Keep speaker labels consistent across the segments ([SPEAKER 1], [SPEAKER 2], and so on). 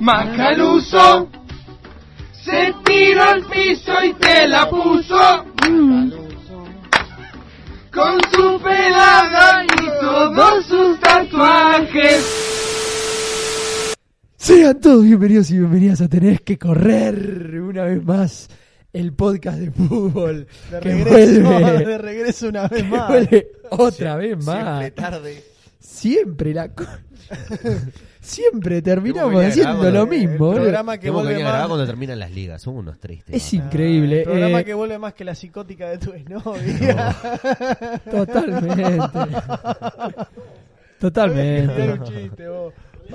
[SPEAKER 1] Macaruso se tiró al piso y te la puso con su pelada y todos sus tatuajes.
[SPEAKER 2] Sean todos bienvenidos y bienvenidas a Tenés que Correr, una vez más, el podcast de fútbol.
[SPEAKER 3] De
[SPEAKER 2] que
[SPEAKER 3] regreso,
[SPEAKER 2] vuelve-
[SPEAKER 3] de regreso una
[SPEAKER 2] que
[SPEAKER 3] vez más.
[SPEAKER 2] vuelve Ah, otra vez más.
[SPEAKER 4] Siempre tarde.
[SPEAKER 2] Siempre la co- Siempre terminamos
[SPEAKER 4] Tengo que venir a
[SPEAKER 2] haciendo
[SPEAKER 4] grabar,
[SPEAKER 2] lo
[SPEAKER 4] boludo.
[SPEAKER 2] mismo.
[SPEAKER 3] eh, El
[SPEAKER 2] boludo.
[SPEAKER 3] programa que
[SPEAKER 4] Tenemos que
[SPEAKER 3] vuelve
[SPEAKER 4] venir a grabar
[SPEAKER 3] más.
[SPEAKER 4] cuando terminan las ligas. Somos unos tristes.
[SPEAKER 2] Es
[SPEAKER 4] basta.
[SPEAKER 2] increíble.
[SPEAKER 3] Ah, El programa
[SPEAKER 2] eh,
[SPEAKER 3] que vuelve más que la psicótica de tu novia.
[SPEAKER 2] Totalmente.
[SPEAKER 3] Era un
[SPEAKER 2] Totalmente.
[SPEAKER 3] chiste, vos.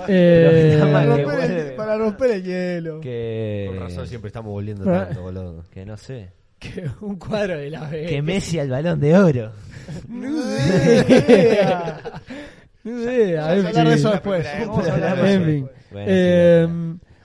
[SPEAKER 2] Eh,
[SPEAKER 3] para,
[SPEAKER 5] que
[SPEAKER 3] romper el,
[SPEAKER 5] vuelve.
[SPEAKER 3] para romper el hielo.
[SPEAKER 5] que
[SPEAKER 4] Con razón siempre estamos volviendo
[SPEAKER 2] Pero-
[SPEAKER 4] tanto, boludo.
[SPEAKER 5] que no sé
[SPEAKER 2] Que un cuadro de la B.
[SPEAKER 5] que Messi al balón de oro
[SPEAKER 3] Vamos a hablar de eso después. Vamos a hablar de eso
[SPEAKER 2] En
[SPEAKER 3] después.
[SPEAKER 2] fin. Eh,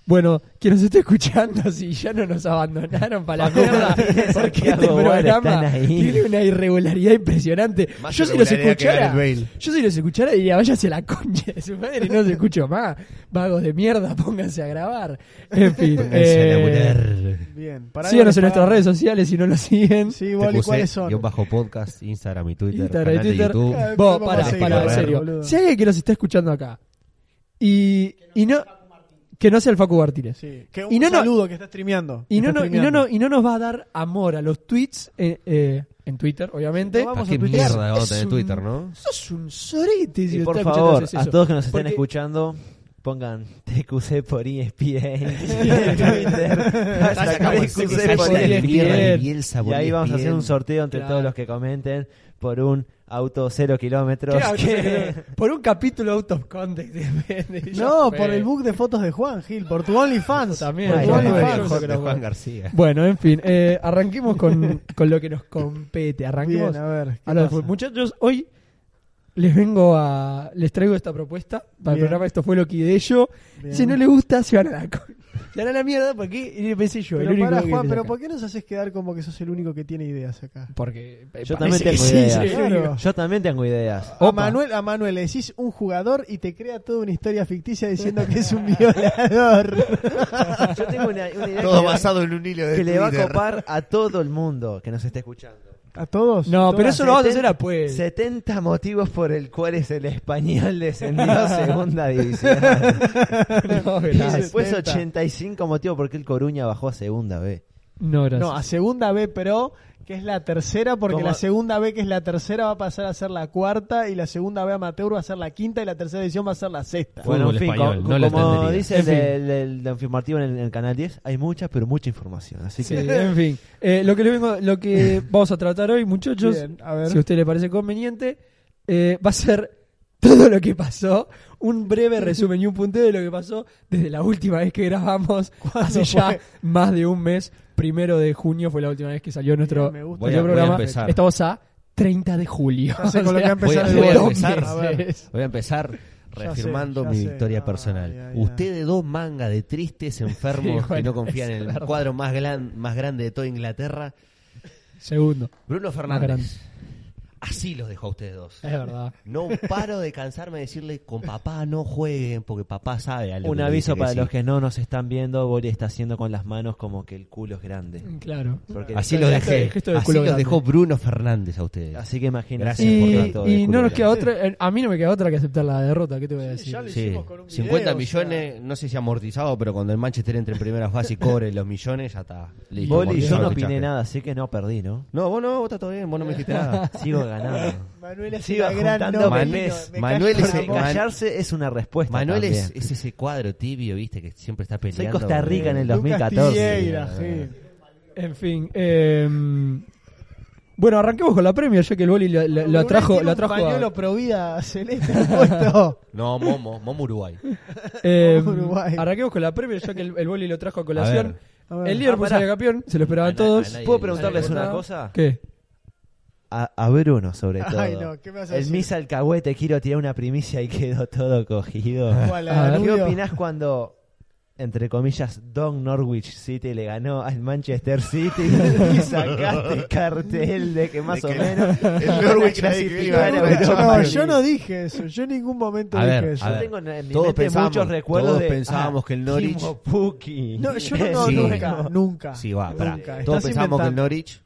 [SPEAKER 2] Bueno, quien nos esté escuchando, si ya no nos abandonaron para la mierda, porque este
[SPEAKER 5] Santiago Bora, están
[SPEAKER 2] programa
[SPEAKER 5] ahí.
[SPEAKER 2] tiene una irregularidad impresionante.
[SPEAKER 4] Más
[SPEAKER 2] Yo si los
[SPEAKER 4] irregularidad que
[SPEAKER 2] escuchara,
[SPEAKER 4] Gareth Bale.
[SPEAKER 2] yo si los escuchara diría, váyase a la concha de su madre, no los escucho más. Vagos de mierda, pónganse a grabar. En fin.
[SPEAKER 4] Pónganse a
[SPEAKER 2] eh,
[SPEAKER 4] laburar.
[SPEAKER 3] Bien. para algo
[SPEAKER 2] síganos
[SPEAKER 3] les
[SPEAKER 2] en nuestras
[SPEAKER 3] pagamos.
[SPEAKER 2] redes sociales si no nos siguen.
[SPEAKER 3] Sí, Boli,
[SPEAKER 4] TQC,
[SPEAKER 3] ¿cuáles son?
[SPEAKER 4] guión bajo podcast, Instagram y Twitter.
[SPEAKER 2] Instagram y
[SPEAKER 4] canal de
[SPEAKER 2] Twitter.
[SPEAKER 4] YouTube.
[SPEAKER 3] Cada vez
[SPEAKER 2] Vos,
[SPEAKER 3] podemos
[SPEAKER 2] para,
[SPEAKER 3] seguir,
[SPEAKER 2] para, en
[SPEAKER 4] boludo.
[SPEAKER 2] serio. Si hay alguien que nos está escuchando acá y, y no, que no sea el Facu Martínez.
[SPEAKER 3] Sí. Que un
[SPEAKER 2] Y no, no-
[SPEAKER 3] saludo que está streameando.
[SPEAKER 2] Y no,
[SPEAKER 3] Está
[SPEAKER 2] no- y no, no-
[SPEAKER 3] streameando.
[SPEAKER 2] y no nos va a dar amor a los tweets eh, eh, en Twitter, obviamente.
[SPEAKER 3] No
[SPEAKER 4] Ah,
[SPEAKER 3] vamos
[SPEAKER 4] qué
[SPEAKER 3] a tuitear.
[SPEAKER 4] mierda vamos a tener
[SPEAKER 2] Es
[SPEAKER 4] Twitter,
[SPEAKER 2] un-
[SPEAKER 4] ¿no?
[SPEAKER 2] Sos un sorete si
[SPEAKER 5] y
[SPEAKER 2] lo
[SPEAKER 5] por
[SPEAKER 2] está escuchando,
[SPEAKER 5] favor
[SPEAKER 2] haces
[SPEAKER 5] a
[SPEAKER 2] eso.
[SPEAKER 5] todos que nos estén
[SPEAKER 2] Porque
[SPEAKER 5] escuchando pongan TQC por E ESPN en Twitter
[SPEAKER 4] Ya
[SPEAKER 5] hashtag
[SPEAKER 4] sacamos
[SPEAKER 2] TQC por E
[SPEAKER 4] esa olla
[SPEAKER 5] E
[SPEAKER 4] de
[SPEAKER 2] ESPN.
[SPEAKER 4] mierda de Bielsa,
[SPEAKER 5] y
[SPEAKER 4] boludo,
[SPEAKER 5] ahí vamos a hacer
[SPEAKER 4] ESPN.
[SPEAKER 5] un sorteo entre
[SPEAKER 2] Claro.
[SPEAKER 5] todos los que comenten por un auto cero kilómetros
[SPEAKER 2] claro,
[SPEAKER 5] que-
[SPEAKER 2] Por un capítulo out of context. depende, ya
[SPEAKER 3] No,
[SPEAKER 2] fue.
[SPEAKER 3] por el book de fotos de Juan Gil, por tu OnlyFans.
[SPEAKER 2] También.
[SPEAKER 3] Por
[SPEAKER 4] Ay,
[SPEAKER 3] tu
[SPEAKER 2] Bueno,
[SPEAKER 4] Juan
[SPEAKER 2] bueno,
[SPEAKER 3] OnlyFans.
[SPEAKER 2] yo creo que
[SPEAKER 4] de
[SPEAKER 2] no.
[SPEAKER 4] Juan García.
[SPEAKER 2] Bueno, en fin, eh, arranquemos con, con lo que nos compete. Arranquemos.
[SPEAKER 3] Bien, a ver. ¿qué
[SPEAKER 2] a lo de
[SPEAKER 3] pasa?
[SPEAKER 2] fútbol. Muchachos, hoy les vengo a. Les traigo esta propuesta para el
[SPEAKER 3] Bien.
[SPEAKER 2] programa. Esto fue lo que de yo.
[SPEAKER 3] Bien.
[SPEAKER 2] Si no le gusta, se van a la, co- se van a la mierda porque empecé yo. el
[SPEAKER 3] Pero
[SPEAKER 2] único
[SPEAKER 3] pará,
[SPEAKER 2] que
[SPEAKER 3] Juan,
[SPEAKER 2] les
[SPEAKER 3] pero
[SPEAKER 2] saca.
[SPEAKER 3] ¿por qué nos haces quedar como que sos el único que tiene ideas acá?
[SPEAKER 2] Porque. eh, parece
[SPEAKER 5] Yo también tengo
[SPEAKER 2] que sí,
[SPEAKER 5] ideas.
[SPEAKER 2] soy el único.
[SPEAKER 3] Claro.
[SPEAKER 5] yo también tengo ideas
[SPEAKER 2] Opa.
[SPEAKER 3] A Manuel, a Manuel le decís un jugador y te crea toda una historia ficticia diciendo que es un violador.
[SPEAKER 5] yo tengo una, una idea
[SPEAKER 4] Todo
[SPEAKER 5] que, va-
[SPEAKER 4] basado en un hilo de
[SPEAKER 5] que le va a
[SPEAKER 4] Twitter.
[SPEAKER 5] copar a todo el mundo que nos esté escuchando
[SPEAKER 3] ¿A todos?
[SPEAKER 2] No, pero
[SPEAKER 3] ¿Todas?
[SPEAKER 2] eso lo vamos a hacer
[SPEAKER 5] Seten-
[SPEAKER 2] después.
[SPEAKER 5] 70 motivos por el cuales el español descendió a segunda división.
[SPEAKER 2] No,
[SPEAKER 5] y
[SPEAKER 2] gracias.
[SPEAKER 5] después
[SPEAKER 3] 70.
[SPEAKER 5] 85 motivos por qué el Coruña bajó a segunda B.
[SPEAKER 2] No, gracias.
[SPEAKER 3] No, a segunda B, pero que es la tercera, porque
[SPEAKER 5] ¿Cómo?
[SPEAKER 3] la segunda B, que es la tercera, va a pasar a ser la cuarta, y la segunda B amateur va a ser la quinta, y la tercera edición va a ser la sexta.
[SPEAKER 4] Fútbol español,
[SPEAKER 5] co-
[SPEAKER 4] no lo
[SPEAKER 5] como
[SPEAKER 4] entendería.
[SPEAKER 5] dice
[SPEAKER 2] En
[SPEAKER 5] el,
[SPEAKER 2] fin.
[SPEAKER 5] el, el de afirmativo en el, en el canal 10, hay mucha, pero mucha información. Así
[SPEAKER 2] Sí,
[SPEAKER 5] que
[SPEAKER 2] en fin. Eh, lo que les vengo, lo que vamos a tratar hoy, muchachos,
[SPEAKER 3] Bien, a ver.
[SPEAKER 2] si a usted le parece conveniente, eh, va a ser todo lo que pasó, un breve resumen y un punteo de lo que pasó desde la última vez que grabamos, hace ya
[SPEAKER 3] fue?
[SPEAKER 2] más de un mes, primero de junio fue la última vez que salió nuestro,
[SPEAKER 3] me
[SPEAKER 2] nuestro
[SPEAKER 3] gusta.
[SPEAKER 4] Voy a- voy a
[SPEAKER 2] programa.
[SPEAKER 4] empezar.
[SPEAKER 2] Estamos a 30 de julio.
[SPEAKER 3] Ya sé con lo que va a
[SPEAKER 4] Voy a,
[SPEAKER 3] empezar el
[SPEAKER 4] voy a
[SPEAKER 3] gol.
[SPEAKER 4] empezar,
[SPEAKER 3] A ver.
[SPEAKER 4] voy a empezar reafirmando
[SPEAKER 3] ya
[SPEAKER 4] mi
[SPEAKER 3] sé.
[SPEAKER 4] victoria
[SPEAKER 3] Ah,
[SPEAKER 4] personal.
[SPEAKER 3] ya, ya.
[SPEAKER 4] Ustedes dos manga de tristes enfermos
[SPEAKER 2] Sí, bueno,
[SPEAKER 4] que no confían
[SPEAKER 2] es
[SPEAKER 4] en el
[SPEAKER 2] verdad.
[SPEAKER 4] cuadro más, gran- más grande de toda Inglaterra.
[SPEAKER 2] Segundo,
[SPEAKER 4] Bruno
[SPEAKER 2] grande.
[SPEAKER 4] Fernández. Así los dejo a ustedes dos.
[SPEAKER 2] es verdad.
[SPEAKER 4] No paro de cansarme de decirle con papá no jueguen porque papá sabe algo.
[SPEAKER 5] un
[SPEAKER 4] que
[SPEAKER 5] aviso
[SPEAKER 4] dice
[SPEAKER 5] para
[SPEAKER 4] sí.
[SPEAKER 5] los que no nos están viendo, Boris está haciendo con las manos como que el culo es grande.
[SPEAKER 2] Claro.
[SPEAKER 5] Porque-
[SPEAKER 4] Así lo
[SPEAKER 2] Gesto de-
[SPEAKER 4] dejé.
[SPEAKER 2] gesto de
[SPEAKER 4] Así
[SPEAKER 2] culo
[SPEAKER 4] los
[SPEAKER 2] grande.
[SPEAKER 4] dejó Bruno Fernández a ustedes.
[SPEAKER 5] Así que imagínense.
[SPEAKER 4] Gracias
[SPEAKER 2] y
[SPEAKER 4] por
[SPEAKER 5] tanto de
[SPEAKER 2] y
[SPEAKER 5] culo
[SPEAKER 2] no nos
[SPEAKER 5] grande.
[SPEAKER 2] queda otra, eh, a mí no me queda otra que aceptar la derrota, ¿qué te voy a decir?
[SPEAKER 3] Ya lo
[SPEAKER 4] Sí.
[SPEAKER 3] hicimos con un video,
[SPEAKER 4] 50
[SPEAKER 3] o sea.
[SPEAKER 4] millones, no sé si amortizado, pero cuando el Manchester entre en primera fase y cobre los millones, ya está. Listo,
[SPEAKER 5] Boli, yo
[SPEAKER 4] amortizado
[SPEAKER 5] no
[SPEAKER 4] el
[SPEAKER 5] opiné
[SPEAKER 4] fichaje.
[SPEAKER 5] nada, así que no perdí, ¿no?
[SPEAKER 4] No, vos no, vos está todo bien, vos no me dijiste nada.
[SPEAKER 5] Sigo ganando.
[SPEAKER 3] Manuel es
[SPEAKER 5] Siga
[SPEAKER 3] una gran
[SPEAKER 5] juntando
[SPEAKER 3] novela.
[SPEAKER 5] papeles.
[SPEAKER 3] Me callo
[SPEAKER 4] Manuel es
[SPEAKER 3] la
[SPEAKER 4] el-
[SPEAKER 3] boca.
[SPEAKER 4] Man-
[SPEAKER 5] Callarse es una respuesta.
[SPEAKER 4] Manuel
[SPEAKER 5] también.
[SPEAKER 4] es, es ese cuadro tibio, viste, que siempre está
[SPEAKER 5] Soy
[SPEAKER 4] peleando.
[SPEAKER 5] Costa Rica en el
[SPEAKER 3] Lucas
[SPEAKER 5] 2014.
[SPEAKER 3] Tilleira, sí.
[SPEAKER 2] En fin, eh, bueno, arranquemos con la premia, ya que el boli lo, lo- lo atrajo,
[SPEAKER 3] Manuel
[SPEAKER 2] lo
[SPEAKER 3] tiene
[SPEAKER 2] atrajo
[SPEAKER 3] un
[SPEAKER 2] a-
[SPEAKER 3] pañuelo provida celeste al puesto.
[SPEAKER 4] No, Momo, Momo Uruguay.
[SPEAKER 2] eh,
[SPEAKER 3] Uruguay.
[SPEAKER 2] arranquemos con la premia, ya que el, el boli lo trajo a
[SPEAKER 4] A
[SPEAKER 2] colación.
[SPEAKER 4] ver.
[SPEAKER 3] A ver.
[SPEAKER 2] El líder
[SPEAKER 5] Ah,
[SPEAKER 2] fue
[SPEAKER 5] pará.
[SPEAKER 2] salió campeón, se lo esperaban
[SPEAKER 4] A na- a
[SPEAKER 2] todos.
[SPEAKER 4] nadie.
[SPEAKER 5] ¿Puedo preguntarles una
[SPEAKER 2] ¿Verdad?
[SPEAKER 5] cosa?
[SPEAKER 2] ¿Qué?
[SPEAKER 5] A, a Bruno, sobre todo.
[SPEAKER 3] Ay, no, ¿qué me vas a
[SPEAKER 5] el
[SPEAKER 3] decir?
[SPEAKER 5] Miss Alcahuete, quiero tirar una primicia y quedó todo cogido.
[SPEAKER 3] Igual a
[SPEAKER 2] A ver.
[SPEAKER 5] ¿Qué
[SPEAKER 3] Danubio.
[SPEAKER 5] opinás cuando entre comillas, Don Norwich City le ganó al Manchester City y sacaste cartel de que más
[SPEAKER 6] De
[SPEAKER 5] o
[SPEAKER 6] que
[SPEAKER 5] menos
[SPEAKER 6] el Norwich
[SPEAKER 5] van a
[SPEAKER 6] nadie cree que
[SPEAKER 5] clasificar
[SPEAKER 6] iba a
[SPEAKER 5] a
[SPEAKER 6] ganar.
[SPEAKER 5] Europa
[SPEAKER 3] No,
[SPEAKER 6] Champions
[SPEAKER 3] yo
[SPEAKER 5] League.
[SPEAKER 3] no dije eso. Yo en ningún momento
[SPEAKER 4] A
[SPEAKER 3] dije
[SPEAKER 4] ver,
[SPEAKER 3] eso.
[SPEAKER 4] a
[SPEAKER 5] Yo
[SPEAKER 4] ver.
[SPEAKER 5] tengo en mi
[SPEAKER 4] Todos
[SPEAKER 5] mente
[SPEAKER 4] pensábamos-
[SPEAKER 5] muchos recuerdos
[SPEAKER 4] todos
[SPEAKER 5] de, ah,
[SPEAKER 4] pensábamos que el Norwich-
[SPEAKER 5] Timo Pukki.
[SPEAKER 3] No, yo no, no,
[SPEAKER 4] Sí.
[SPEAKER 3] nunca, nunca.
[SPEAKER 4] Sí, va, pará.
[SPEAKER 3] nunca.
[SPEAKER 4] Todos
[SPEAKER 3] Estás
[SPEAKER 4] pensamos que el
[SPEAKER 3] inventando.
[SPEAKER 4] Norwich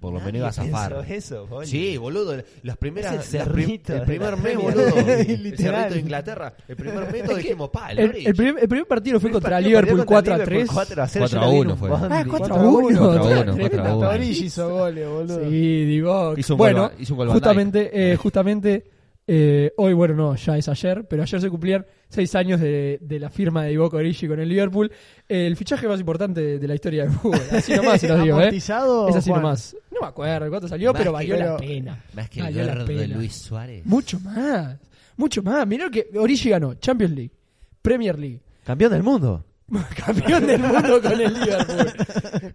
[SPEAKER 4] por lo menos iba a
[SPEAKER 5] Nadie
[SPEAKER 4] zafar.
[SPEAKER 5] pensó Ah, eso, Bonnie.
[SPEAKER 4] Sí, boludo. Las primeras,
[SPEAKER 5] Es el
[SPEAKER 4] las prim-
[SPEAKER 5] cerrito
[SPEAKER 4] el
[SPEAKER 5] de
[SPEAKER 4] primer
[SPEAKER 5] la
[SPEAKER 4] mes,
[SPEAKER 5] Premier.
[SPEAKER 4] boludo. el
[SPEAKER 3] Literal.
[SPEAKER 4] cerrito de Inglaterra. El primer mes todos dijimos, pa, el,
[SPEAKER 2] El,
[SPEAKER 4] Norwich.
[SPEAKER 2] el primer, el primer partido fue
[SPEAKER 5] Partido
[SPEAKER 2] contra
[SPEAKER 5] perdió
[SPEAKER 2] Liverpool
[SPEAKER 5] contra
[SPEAKER 2] 4 a
[SPEAKER 5] Liverpool
[SPEAKER 2] 3.
[SPEAKER 5] 4 a 0.
[SPEAKER 4] 4 a 1 fue.
[SPEAKER 2] Ah, 4 a
[SPEAKER 3] 4 a
[SPEAKER 2] 1.
[SPEAKER 4] 4 a 1, 4 a 1.
[SPEAKER 3] Hasta Origi hizo goles, boludo.
[SPEAKER 2] Sí, digo.
[SPEAKER 4] Hizo un
[SPEAKER 2] bueno,
[SPEAKER 4] gol Van- hizo un gol Van Dijk.
[SPEAKER 2] justamente, eh, justamente eh, hoy, bueno, no, ya es ayer, pero ayer se cumplían seis años de, de la firma de Ivo Origi con el Liverpool. Eh, el fichaje más importante de, de la historia del fútbol. Así nomás se lo digo, ¿eh?
[SPEAKER 3] Amortizado,
[SPEAKER 2] Es así
[SPEAKER 3] Juan.
[SPEAKER 2] nomás. No me acuerdo cuánto salió,
[SPEAKER 4] Más
[SPEAKER 2] pero
[SPEAKER 4] que-
[SPEAKER 2] valió la
[SPEAKER 3] pero-
[SPEAKER 2] pena.
[SPEAKER 4] Más que el
[SPEAKER 2] Valió Ah, la
[SPEAKER 4] gordo de
[SPEAKER 2] pena.
[SPEAKER 4] Luis Suárez.
[SPEAKER 2] Mucho más. Mucho más. Mirá lo que Origi ganó. Champions League, Premier League.
[SPEAKER 5] Campeón del mundo.
[SPEAKER 2] Campeón del mundo con el Liverpool.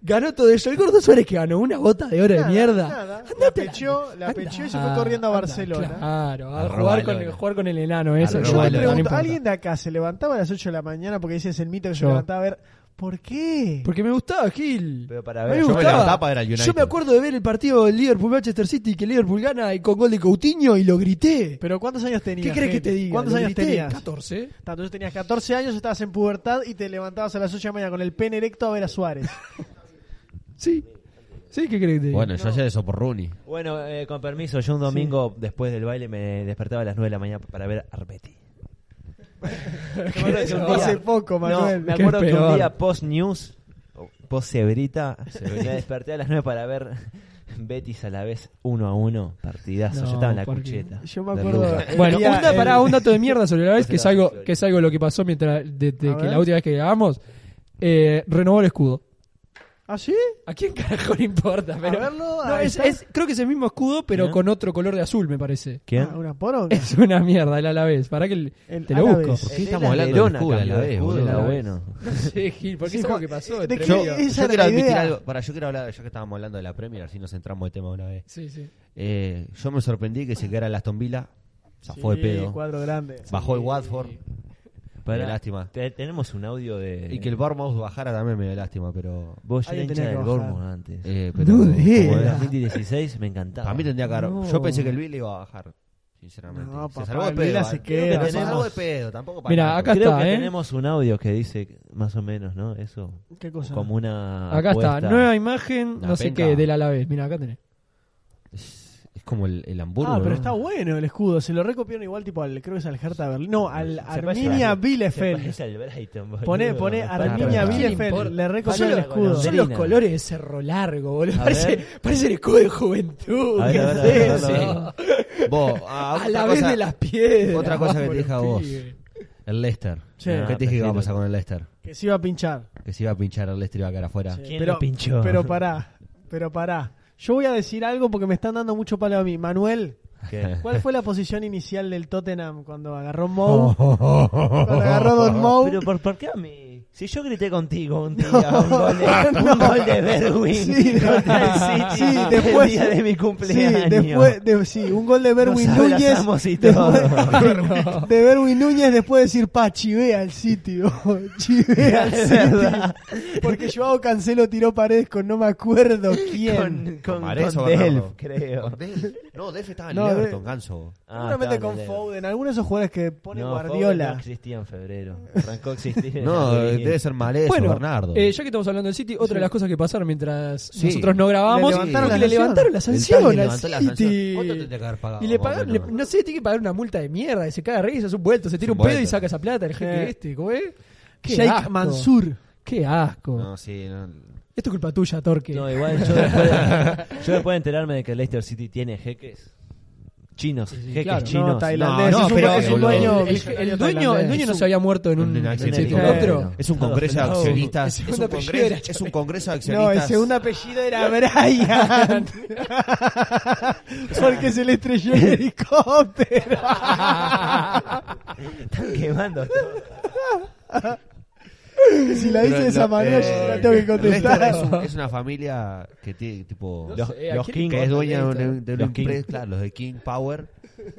[SPEAKER 2] Ganó todo eso. El Gordo Suárez que ganó una bota de oro
[SPEAKER 3] Nada,
[SPEAKER 2] de mierda.
[SPEAKER 3] nada.
[SPEAKER 2] Andate
[SPEAKER 3] La
[SPEAKER 2] a
[SPEAKER 3] pecheó, la
[SPEAKER 2] anda,
[SPEAKER 3] pecheó y se fue corriendo a
[SPEAKER 2] anda,
[SPEAKER 3] Barcelona.
[SPEAKER 2] Claro, a
[SPEAKER 4] Arroba
[SPEAKER 2] jugar con,
[SPEAKER 4] Lola.
[SPEAKER 2] el, jugar con el enano ese.
[SPEAKER 4] Arroba
[SPEAKER 2] Yo
[SPEAKER 3] Yo
[SPEAKER 4] Bueno,
[SPEAKER 3] te
[SPEAKER 2] me
[SPEAKER 4] Lola.
[SPEAKER 2] pregunto,
[SPEAKER 3] pregunto,
[SPEAKER 2] no
[SPEAKER 3] ¿alguien
[SPEAKER 2] ¿alguien?
[SPEAKER 3] de acá se levantaba a las 8 de la mañana? Porque ese es el mito que se
[SPEAKER 2] Yo.
[SPEAKER 3] levantaba a ver. ¿Por qué?
[SPEAKER 2] Porque me gustaba Gil.
[SPEAKER 5] Pero para
[SPEAKER 2] A mí
[SPEAKER 5] ver,
[SPEAKER 2] me
[SPEAKER 4] yo me
[SPEAKER 2] gustaba.
[SPEAKER 4] levantaba para ver al United.
[SPEAKER 2] Yo me acuerdo de ver el partido del Liverpool-Manchester City que Liverpool gana y con gol de Coutinho y lo grité.
[SPEAKER 3] ¿Pero cuántos años tenías?
[SPEAKER 2] ¿Qué crees que te
[SPEAKER 3] Fede?
[SPEAKER 2] diga?
[SPEAKER 3] ¿Cuántos
[SPEAKER 2] Lo
[SPEAKER 3] años
[SPEAKER 2] grité,
[SPEAKER 3] tenías?
[SPEAKER 2] 14.
[SPEAKER 3] Ta, Entonces tenías 14 años, estabas en pubertad y te levantabas a las 8 de la mañana con el pene erecto a ver a Suárez.
[SPEAKER 2] Sí. Sí, ¿qué crees que te diga?
[SPEAKER 4] Bueno, yo ayer eso por Rooney.
[SPEAKER 5] Bueno, eh, con permiso, yo un domingo después del baile me despertaba a las 9 de la mañana para ver Arbeti. me acuerdo que un día-
[SPEAKER 3] Hace poco, Manuel.
[SPEAKER 5] No, me
[SPEAKER 2] qué
[SPEAKER 5] acuerdo que un
[SPEAKER 2] peor.
[SPEAKER 5] día post news, post cebrita, me desperté a las 9 para ver Betis a la vez uno a uno, partidazo.
[SPEAKER 2] No,
[SPEAKER 5] yo estaba en la
[SPEAKER 2] porque-
[SPEAKER 5] cucheta.
[SPEAKER 3] Yo me
[SPEAKER 4] De
[SPEAKER 3] acuerdo.
[SPEAKER 4] Luca.
[SPEAKER 3] el
[SPEAKER 2] Bueno,
[SPEAKER 3] día-
[SPEAKER 2] un, da-
[SPEAKER 3] el-
[SPEAKER 2] pará, un dato de mierda sobre la vez, que es
[SPEAKER 5] Otra
[SPEAKER 2] algo,
[SPEAKER 5] vez,
[SPEAKER 2] que es algo lo que pasó mientras desde
[SPEAKER 3] A
[SPEAKER 2] que
[SPEAKER 3] ver.
[SPEAKER 2] la última vez que grabamos, eh, renovó el escudo.
[SPEAKER 3] ¿Ah, sí?
[SPEAKER 2] ¿A quién carajo le importa? Pero,
[SPEAKER 3] verlo,
[SPEAKER 2] no,
[SPEAKER 3] a
[SPEAKER 2] es,
[SPEAKER 3] estar-
[SPEAKER 2] es- creo que es el mismo escudo, pero
[SPEAKER 5] ¿Eh?
[SPEAKER 2] con otro color de azul, me parece.
[SPEAKER 5] ¿Quién?
[SPEAKER 3] Ah, ¿Una poronga?
[SPEAKER 2] Es una mierda el Alavés. ¿Para que el-
[SPEAKER 3] El
[SPEAKER 2] te lo busco?
[SPEAKER 3] Alavés.
[SPEAKER 4] qué estamos hablando del escudo a la vez, boludo?
[SPEAKER 5] bueno.
[SPEAKER 2] No sé, Gil, porque
[SPEAKER 3] Sí,
[SPEAKER 2] es algo
[SPEAKER 3] Juan,
[SPEAKER 2] que pasó.
[SPEAKER 3] ¿de
[SPEAKER 2] entre
[SPEAKER 3] qué?
[SPEAKER 4] Yo,
[SPEAKER 2] medio.
[SPEAKER 3] Esa
[SPEAKER 4] yo
[SPEAKER 3] era
[SPEAKER 4] quiero
[SPEAKER 3] la
[SPEAKER 4] admitir
[SPEAKER 3] idea.
[SPEAKER 4] algo. Para, yo quiero hablar, ya que estábamos hablando de la Premier, así nos entramos de tema una vez.
[SPEAKER 2] Sí, sí.
[SPEAKER 4] Eh, yo me sorprendí que se quedara el Aston Villa.
[SPEAKER 3] Sí,
[SPEAKER 4] Zafó de pedo.
[SPEAKER 3] cuadro grande.
[SPEAKER 4] Bajó el Watford.
[SPEAKER 5] Pará.
[SPEAKER 4] Qué lástima.
[SPEAKER 5] Te- tenemos un audio de.
[SPEAKER 4] Y que el Bournemouth bajara también me dio lástima, pero.
[SPEAKER 5] Vos ya
[SPEAKER 3] Alguien
[SPEAKER 5] hincha
[SPEAKER 3] tenía que
[SPEAKER 5] del
[SPEAKER 3] bajar.
[SPEAKER 5] Dortmund antes.
[SPEAKER 4] eh, pero-
[SPEAKER 2] No digas.
[SPEAKER 5] Como en
[SPEAKER 4] como
[SPEAKER 5] el
[SPEAKER 4] era.
[SPEAKER 5] 2016 me encantaba.
[SPEAKER 4] Para mí tendría que haber.
[SPEAKER 2] No.
[SPEAKER 4] Yo pensé que el Villa iba a bajar. Sinceramente.
[SPEAKER 3] No,
[SPEAKER 4] se
[SPEAKER 3] papá,
[SPEAKER 4] salvó de
[SPEAKER 3] el
[SPEAKER 4] pedo.
[SPEAKER 3] Villa
[SPEAKER 4] ¿eh?
[SPEAKER 3] se
[SPEAKER 4] Pero
[SPEAKER 3] queda,
[SPEAKER 4] se
[SPEAKER 3] papá.
[SPEAKER 4] salvó de pedo. Tampoco para
[SPEAKER 2] Mira,
[SPEAKER 4] tanto.
[SPEAKER 2] acá
[SPEAKER 5] Creo
[SPEAKER 2] está,
[SPEAKER 5] que
[SPEAKER 2] ¿eh?
[SPEAKER 5] tenemos un audio que dice que- más o menos, ¿no? Eso.
[SPEAKER 3] ¿Qué cosa?
[SPEAKER 5] Como una.
[SPEAKER 2] Acá está,
[SPEAKER 5] apuesta.
[SPEAKER 2] nueva imagen,
[SPEAKER 4] La
[SPEAKER 2] no sé
[SPEAKER 4] penca.
[SPEAKER 2] qué, del Alavés. Mira, acá tenés.
[SPEAKER 4] Es como el, el Hamburgo.
[SPEAKER 3] Ah, pero
[SPEAKER 4] ¿no?
[SPEAKER 3] está bueno el escudo. Se lo recopiaron igual, tipo, al, creo que es al Hertha Berlín. No, al
[SPEAKER 5] Se parece
[SPEAKER 3] Arminia
[SPEAKER 5] al- Se
[SPEAKER 3] Bielefeld.
[SPEAKER 5] parece al Brighton, boludo.
[SPEAKER 3] Pone, pone Arminia
[SPEAKER 4] raro.
[SPEAKER 3] Bielefeld.
[SPEAKER 2] importa?
[SPEAKER 3] Le recopió el
[SPEAKER 5] Solo-
[SPEAKER 3] escudo.
[SPEAKER 5] solo-
[SPEAKER 2] Son los
[SPEAKER 5] Mandarina.
[SPEAKER 2] colores de Cerro Largo, boludo.
[SPEAKER 5] A
[SPEAKER 2] Parece,
[SPEAKER 5] ver.
[SPEAKER 2] parece el escudo de juventud.
[SPEAKER 5] A ver,
[SPEAKER 2] ¿qué
[SPEAKER 5] a ver, a
[SPEAKER 2] es
[SPEAKER 5] ver, a ver, a
[SPEAKER 2] eso?
[SPEAKER 4] Vos, ah,
[SPEAKER 2] A
[SPEAKER 4] otra
[SPEAKER 2] la vez
[SPEAKER 4] cosa-
[SPEAKER 2] de las piedras.
[SPEAKER 4] otra cosa que te dije a
[SPEAKER 2] Bueno,
[SPEAKER 4] vos.
[SPEAKER 2] pibe.
[SPEAKER 4] El Leicester.
[SPEAKER 3] Sí.
[SPEAKER 4] ¿Qué
[SPEAKER 5] Ah,
[SPEAKER 4] te dije que iba a
[SPEAKER 5] perfecto.
[SPEAKER 4] pasar con el Leicester?
[SPEAKER 3] Que se iba a pinchar.
[SPEAKER 4] Que se iba a pinchar el Leicester y iba a quedar afuera.
[SPEAKER 3] Sí,
[SPEAKER 5] ¿Quién
[SPEAKER 3] pero,
[SPEAKER 5] lo pinchó?
[SPEAKER 3] Pero pará, pero pará. Yo voy a decir algo porque me están dando mucho palo a mí. Manuel,
[SPEAKER 5] ¿Qué?
[SPEAKER 3] ¿cuál fue la posición inicial del Tottenham cuando agarró
[SPEAKER 5] Oh.
[SPEAKER 3] Mou? Cuando agarró Don Mou.
[SPEAKER 5] Pero por, ¿por qué a mí? Si yo grité contigo un día, un gol de, un gol de Berwin
[SPEAKER 3] Sí,
[SPEAKER 5] contra el City
[SPEAKER 3] sí, después-
[SPEAKER 5] el día de mi
[SPEAKER 3] Sí,
[SPEAKER 5] cumpleaños.
[SPEAKER 3] después de, sí, un gol de Berwin
[SPEAKER 5] Nos
[SPEAKER 3] Núñez.
[SPEAKER 5] abrazamos y todo.
[SPEAKER 3] después- de Berwin Núñez después de decir, pa, chivé al sitio. Chivé al
[SPEAKER 5] Es
[SPEAKER 3] sitio.
[SPEAKER 5] verdad.
[SPEAKER 3] Porque Joao Cancelo tiró paredes con no me acuerdo
[SPEAKER 5] Con,
[SPEAKER 3] quién.
[SPEAKER 5] con,
[SPEAKER 4] Marés
[SPEAKER 5] con
[SPEAKER 4] o Bernardo.
[SPEAKER 5] Delf, creo.
[SPEAKER 4] Con Delf. No, Def estaba en
[SPEAKER 3] No, Delf.
[SPEAKER 4] Everton, ganso.
[SPEAKER 5] Ah,
[SPEAKER 3] Seguramente con Foden. Algunos de esos jugadores que pone
[SPEAKER 5] No, Foden No
[SPEAKER 3] Guardiola.
[SPEAKER 5] existía en febrero. Arrancó a existir. en
[SPEAKER 4] No,
[SPEAKER 5] abril.
[SPEAKER 4] debe ser Marés o Bernardo.
[SPEAKER 2] eh, ya que estamos hablando del City, otra de las cosas que pasaron mientras
[SPEAKER 4] Sí.
[SPEAKER 2] nosotros no grabábamos,
[SPEAKER 3] Le
[SPEAKER 2] le
[SPEAKER 3] levantaron
[SPEAKER 2] levantaron,
[SPEAKER 3] la
[SPEAKER 2] le
[SPEAKER 3] sanción.
[SPEAKER 2] levantaron la sanción
[SPEAKER 4] El Tani
[SPEAKER 2] al
[SPEAKER 4] levantó la sanción.
[SPEAKER 2] City.
[SPEAKER 4] ¿Cuánto tendría que haber pagado?
[SPEAKER 2] Y le
[SPEAKER 4] Más o
[SPEAKER 2] pagaron,
[SPEAKER 4] menos.
[SPEAKER 2] le- no sé, tiene que pagar una multa de mierda, que se caga de risa, es un vuelto, se
[SPEAKER 4] Es
[SPEAKER 2] tira
[SPEAKER 4] un
[SPEAKER 2] un pedo
[SPEAKER 4] vuelto. Eh.
[SPEAKER 2] y saca esa plata el jeque
[SPEAKER 3] Sí.
[SPEAKER 2] este, ¿cómo es? Qué
[SPEAKER 3] Sheikh
[SPEAKER 2] asco.
[SPEAKER 3] Mansur.
[SPEAKER 2] Qué asco.
[SPEAKER 4] No, sí, no.
[SPEAKER 2] Esto es culpa tuya, Torque.
[SPEAKER 5] No, igual yo después, de, yo después de enterarme de que Leicester City tiene jeques chinos, jeques
[SPEAKER 2] claro.
[SPEAKER 5] chinos.
[SPEAKER 3] No, tailandés.
[SPEAKER 4] No,
[SPEAKER 3] es un,
[SPEAKER 4] pero-
[SPEAKER 3] es un dueño.
[SPEAKER 2] el, el- el dueño, el dueño no se había muerto en un,
[SPEAKER 4] En un accidente.
[SPEAKER 2] en otro.
[SPEAKER 4] Es un congreso de
[SPEAKER 5] No.
[SPEAKER 4] accionistas.
[SPEAKER 2] El
[SPEAKER 4] Es
[SPEAKER 2] segundo
[SPEAKER 4] un
[SPEAKER 2] apellido era
[SPEAKER 4] congreso, es un congreso de
[SPEAKER 3] No, el
[SPEAKER 4] accionistas.
[SPEAKER 3] segundo apellido era Brian. Porque se le estrelló el helicóptero.
[SPEAKER 5] Están quemando todo.
[SPEAKER 3] si la dice
[SPEAKER 4] Pero
[SPEAKER 3] de esa
[SPEAKER 4] lo-
[SPEAKER 3] manera,
[SPEAKER 4] eh,
[SPEAKER 3] yo no la tengo que
[SPEAKER 4] Leicester es, un-
[SPEAKER 3] contestar.
[SPEAKER 4] es una familia que tiene tipo.
[SPEAKER 2] No
[SPEAKER 4] los-
[SPEAKER 2] sé, ¿a
[SPEAKER 4] los
[SPEAKER 2] quién
[SPEAKER 4] King,
[SPEAKER 2] le
[SPEAKER 4] que es dueña de,
[SPEAKER 2] importa
[SPEAKER 4] una- de una
[SPEAKER 5] Los King.
[SPEAKER 4] empresa, claro, los de King Power,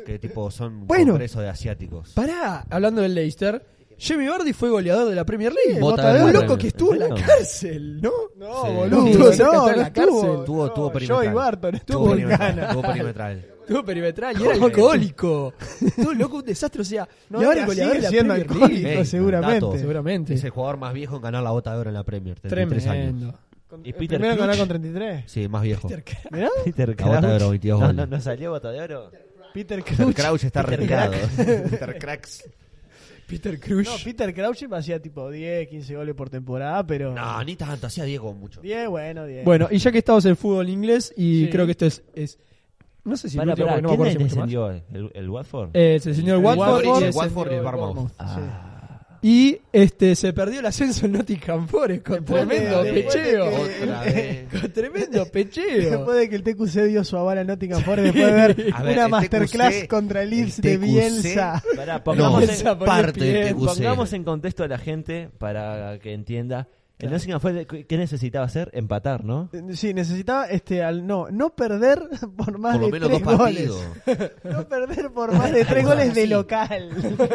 [SPEAKER 4] que tipo son un
[SPEAKER 2] Bueno.
[SPEAKER 4] congreso de asiáticos.
[SPEAKER 2] Pará, hablando del Leicester, Jimmy Vardy fue goleador de la Premier League.
[SPEAKER 4] Bota
[SPEAKER 2] Bota de
[SPEAKER 4] de
[SPEAKER 2] un
[SPEAKER 4] oro.
[SPEAKER 2] loco que estuvo en la
[SPEAKER 5] No.
[SPEAKER 2] cárcel, ¿no?
[SPEAKER 3] No,
[SPEAKER 4] Sí.
[SPEAKER 3] Oh, boludo,
[SPEAKER 2] Sí, cerca
[SPEAKER 3] no, no,
[SPEAKER 2] está en la
[SPEAKER 3] estuvo,
[SPEAKER 2] cárcel.
[SPEAKER 4] Tuvo- tuvo
[SPEAKER 3] Joey
[SPEAKER 4] perimetral.
[SPEAKER 3] Barton
[SPEAKER 4] Tuvo
[SPEAKER 3] estuvo en
[SPEAKER 4] perimetral.
[SPEAKER 3] Ghana.
[SPEAKER 4] Tuvo perimetral.
[SPEAKER 2] Estuvo perimetral y era
[SPEAKER 4] ¿Cómo?
[SPEAKER 2] alcohólico. Estuvo loco, un desastre. O sea,
[SPEAKER 3] No,
[SPEAKER 2] y ahora
[SPEAKER 3] ya
[SPEAKER 2] es goleador de
[SPEAKER 3] sigue
[SPEAKER 2] la
[SPEAKER 3] siendo
[SPEAKER 2] Premier
[SPEAKER 3] alcohólico.
[SPEAKER 2] League.
[SPEAKER 4] Ey,
[SPEAKER 3] pues, seguramente.
[SPEAKER 4] dato.
[SPEAKER 2] Seguramente.
[SPEAKER 4] Es el jugador más viejo en ganar la bota de oro en la Premier. 33 años.
[SPEAKER 2] Tremendo.
[SPEAKER 5] Y
[SPEAKER 3] El
[SPEAKER 5] Peter
[SPEAKER 3] primero que ganó
[SPEAKER 5] Crouch.
[SPEAKER 3] con 33.
[SPEAKER 4] Sí, más viejo.
[SPEAKER 3] Mirá,
[SPEAKER 5] Peter
[SPEAKER 4] La bota de oro, 22
[SPEAKER 5] No,
[SPEAKER 4] goles.
[SPEAKER 5] no, no salió bota de oro.
[SPEAKER 3] Peter
[SPEAKER 4] Peter
[SPEAKER 3] Crouch.
[SPEAKER 4] Crouch está
[SPEAKER 5] Peter
[SPEAKER 4] retirado. Peter Cracks.
[SPEAKER 2] Peter Crouch.
[SPEAKER 3] No, Peter Crouch hacía tipo 10, 15 goles por temporada, pero...
[SPEAKER 4] No, ni tanto. Hacía Diego mucho.
[SPEAKER 3] 10, bueno, 10.
[SPEAKER 2] bueno, y ya que estamos en fútbol inglés, y
[SPEAKER 3] Sí.
[SPEAKER 2] creo que esto es. es- no sé si. el
[SPEAKER 5] Pará,
[SPEAKER 2] último,
[SPEAKER 5] pará,
[SPEAKER 2] porque no me
[SPEAKER 5] ¿quién
[SPEAKER 2] acuerdo si mucho más.
[SPEAKER 5] descendió? ¿El, el Watford?
[SPEAKER 2] Eh, se señor
[SPEAKER 3] El
[SPEAKER 2] Watford,
[SPEAKER 3] Watford
[SPEAKER 2] y
[SPEAKER 3] y
[SPEAKER 2] el
[SPEAKER 4] el Watford
[SPEAKER 2] señor
[SPEAKER 4] y el Bournemouth.
[SPEAKER 5] Ah.
[SPEAKER 2] Y este, se perdió el ascenso en Nottingham Forest con
[SPEAKER 3] Después de-
[SPEAKER 2] tremendo
[SPEAKER 3] después de
[SPEAKER 2] pecheo.
[SPEAKER 3] que-
[SPEAKER 4] Otra vez.
[SPEAKER 2] Con tremendo pecheo.
[SPEAKER 3] Después de que el TQC dio su aval a Nottingham Forest, después de ver
[SPEAKER 4] A ver,
[SPEAKER 3] una
[SPEAKER 4] el
[SPEAKER 3] masterclass
[SPEAKER 4] TQC,
[SPEAKER 3] contra el Leeds
[SPEAKER 4] el
[SPEAKER 3] de
[SPEAKER 4] TQC.
[SPEAKER 3] Bielsa.
[SPEAKER 5] Pará,
[SPEAKER 4] No,
[SPEAKER 5] pongamos,
[SPEAKER 2] Bielsa,
[SPEAKER 5] en,
[SPEAKER 4] es parte
[SPEAKER 2] ponle
[SPEAKER 4] de
[SPEAKER 2] pie,
[SPEAKER 5] pongamos
[SPEAKER 4] TQC.
[SPEAKER 5] en contexto a la gente para que entienda. El
[SPEAKER 2] Claro.
[SPEAKER 5] Nottingham fue, ¿qué necesitaba hacer? Empatar, ¿no?
[SPEAKER 3] Sí, necesitaba este al no, no perder por más
[SPEAKER 4] Por lo
[SPEAKER 3] de
[SPEAKER 4] menos dos
[SPEAKER 3] tres goles.
[SPEAKER 4] partidos.
[SPEAKER 3] No perder por más de tres goles de local.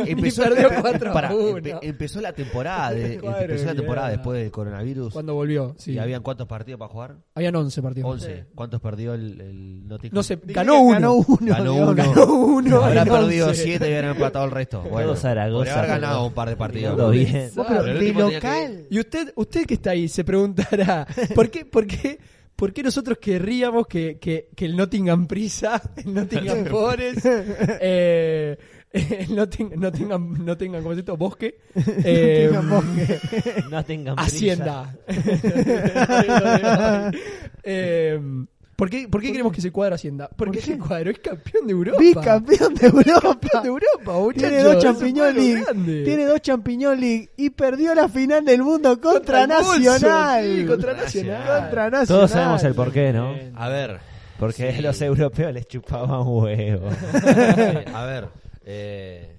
[SPEAKER 4] Empezó,
[SPEAKER 2] Y perdió 4 a
[SPEAKER 4] pará,
[SPEAKER 2] 1.
[SPEAKER 4] empe- empezó la temporada, de-
[SPEAKER 2] Madre
[SPEAKER 4] empezó la
[SPEAKER 2] mía.
[SPEAKER 4] temporada después del coronavirus.
[SPEAKER 2] Cuando volvió, sí.
[SPEAKER 4] ¿Y habían cuántos partidos para jugar?
[SPEAKER 2] Habían 11 partidos.
[SPEAKER 4] 11. ¿Cuántos perdió el, el Nottingham?
[SPEAKER 2] No sé, ganó
[SPEAKER 3] Ganó
[SPEAKER 2] uno.
[SPEAKER 3] uno. Ganó uno.
[SPEAKER 4] Ganó
[SPEAKER 3] Dios,
[SPEAKER 4] uno.
[SPEAKER 3] ganó uno.
[SPEAKER 4] Habrá
[SPEAKER 2] el
[SPEAKER 4] perdido
[SPEAKER 2] once.
[SPEAKER 4] 7 y habrán empatado el resto. Bueno,
[SPEAKER 5] Todo Zaragoza,
[SPEAKER 4] podría haber
[SPEAKER 5] pero-
[SPEAKER 4] ganado un par de partidos.
[SPEAKER 5] Todo bien.
[SPEAKER 3] No, pero
[SPEAKER 4] Pero el
[SPEAKER 3] de
[SPEAKER 4] último tenía que-
[SPEAKER 3] local.
[SPEAKER 2] Y usted, usted que está ahí se preguntará, ¿por qué, por qué, por qué nosotros querríamos que, que, que el Nottingham Prisa, el Nottingham Forest, eh, el Notting- Nottingham, Nottingham, ¿cómo se dice? Bosque, eh,
[SPEAKER 3] Nottingham Bosque.
[SPEAKER 5] No tengan prisa.
[SPEAKER 2] Hacienda. Eh, ¿Por qué, ¿Por qué queremos que se cuadre Hacienda? Porque ese cuadro es campeón de Europa.
[SPEAKER 3] Bicampeón de Europa.
[SPEAKER 2] Campeón de Europa, muchachos.
[SPEAKER 3] Tiene
[SPEAKER 2] Es
[SPEAKER 3] dos
[SPEAKER 2] un
[SPEAKER 3] Champiñón
[SPEAKER 2] cuadro
[SPEAKER 3] League.
[SPEAKER 2] grande.
[SPEAKER 3] Tiene dos Champiñón League. Y perdió la final del mundo contra,
[SPEAKER 2] el Bolson,
[SPEAKER 3] Nacional.
[SPEAKER 2] sí, contra
[SPEAKER 4] Nacional.
[SPEAKER 2] Nacional.
[SPEAKER 3] Contra Nacional.
[SPEAKER 5] Todos sabemos el porqué, ¿no?
[SPEAKER 4] A ver,
[SPEAKER 5] Porque
[SPEAKER 4] Sí.
[SPEAKER 5] los europeos les chupaban huevo.
[SPEAKER 4] a ver. eh,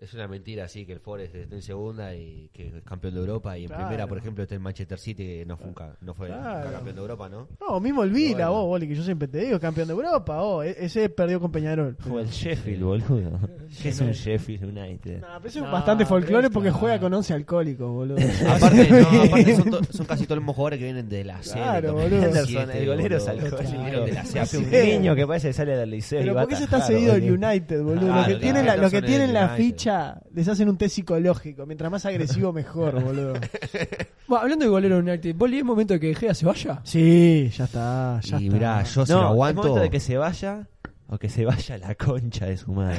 [SPEAKER 4] es una mentira así que el Forest esté en segunda y que es campeón de Europa. Y en
[SPEAKER 3] Claro.
[SPEAKER 4] primera, por ejemplo, está en Manchester City, que no fue, nunca- no fue nunca
[SPEAKER 3] Claro.
[SPEAKER 4] campeón de Europa, ¿no?
[SPEAKER 3] No, mismo el Vila,
[SPEAKER 4] Bueno.
[SPEAKER 3] vos, Boli, que yo siempre te digo, campeón de Europa, vos. E- Ese perdió con Peñarol.
[SPEAKER 5] O el Sheffield, boludo. ¿Qué es un Sheffield United?
[SPEAKER 3] No, pero eso es bastante folclore porque juega con 11 alcohólicos, boludo.
[SPEAKER 4] Aparte, no, aparte son, to- son casi todos los jugadores que vienen de la C.
[SPEAKER 3] Claro,
[SPEAKER 4] de
[SPEAKER 3] boludo.
[SPEAKER 5] Anderson, el golero es
[SPEAKER 4] Vienen
[SPEAKER 5] alcohólico.
[SPEAKER 4] de la C.
[SPEAKER 5] Hace un
[SPEAKER 3] Sí.
[SPEAKER 5] niño que parece que sale del liceo. y
[SPEAKER 3] Pero
[SPEAKER 5] va
[SPEAKER 3] ¿por qué
[SPEAKER 5] a
[SPEAKER 3] se está
[SPEAKER 5] atajar,
[SPEAKER 3] seguido el
[SPEAKER 5] boludo?
[SPEAKER 3] United, boludo?
[SPEAKER 4] Claro,
[SPEAKER 3] los que
[SPEAKER 4] claro,
[SPEAKER 3] tienen, la, los que
[SPEAKER 4] son el
[SPEAKER 3] tienen la
[SPEAKER 4] United.
[SPEAKER 3] ficha les hacen un test psicológico. Mientras más agresivo, mejor, boludo.
[SPEAKER 2] Bueno, hablando de golero United, ¿Boli es momento de que Gea se vaya?
[SPEAKER 3] Sí, ya está, ya
[SPEAKER 4] Y
[SPEAKER 3] está.
[SPEAKER 4] mirá, Ah, yo si
[SPEAKER 5] No,
[SPEAKER 4] lo
[SPEAKER 5] es
[SPEAKER 4] aguanto.
[SPEAKER 5] momento de que se vaya o que se vaya la concha de su madre.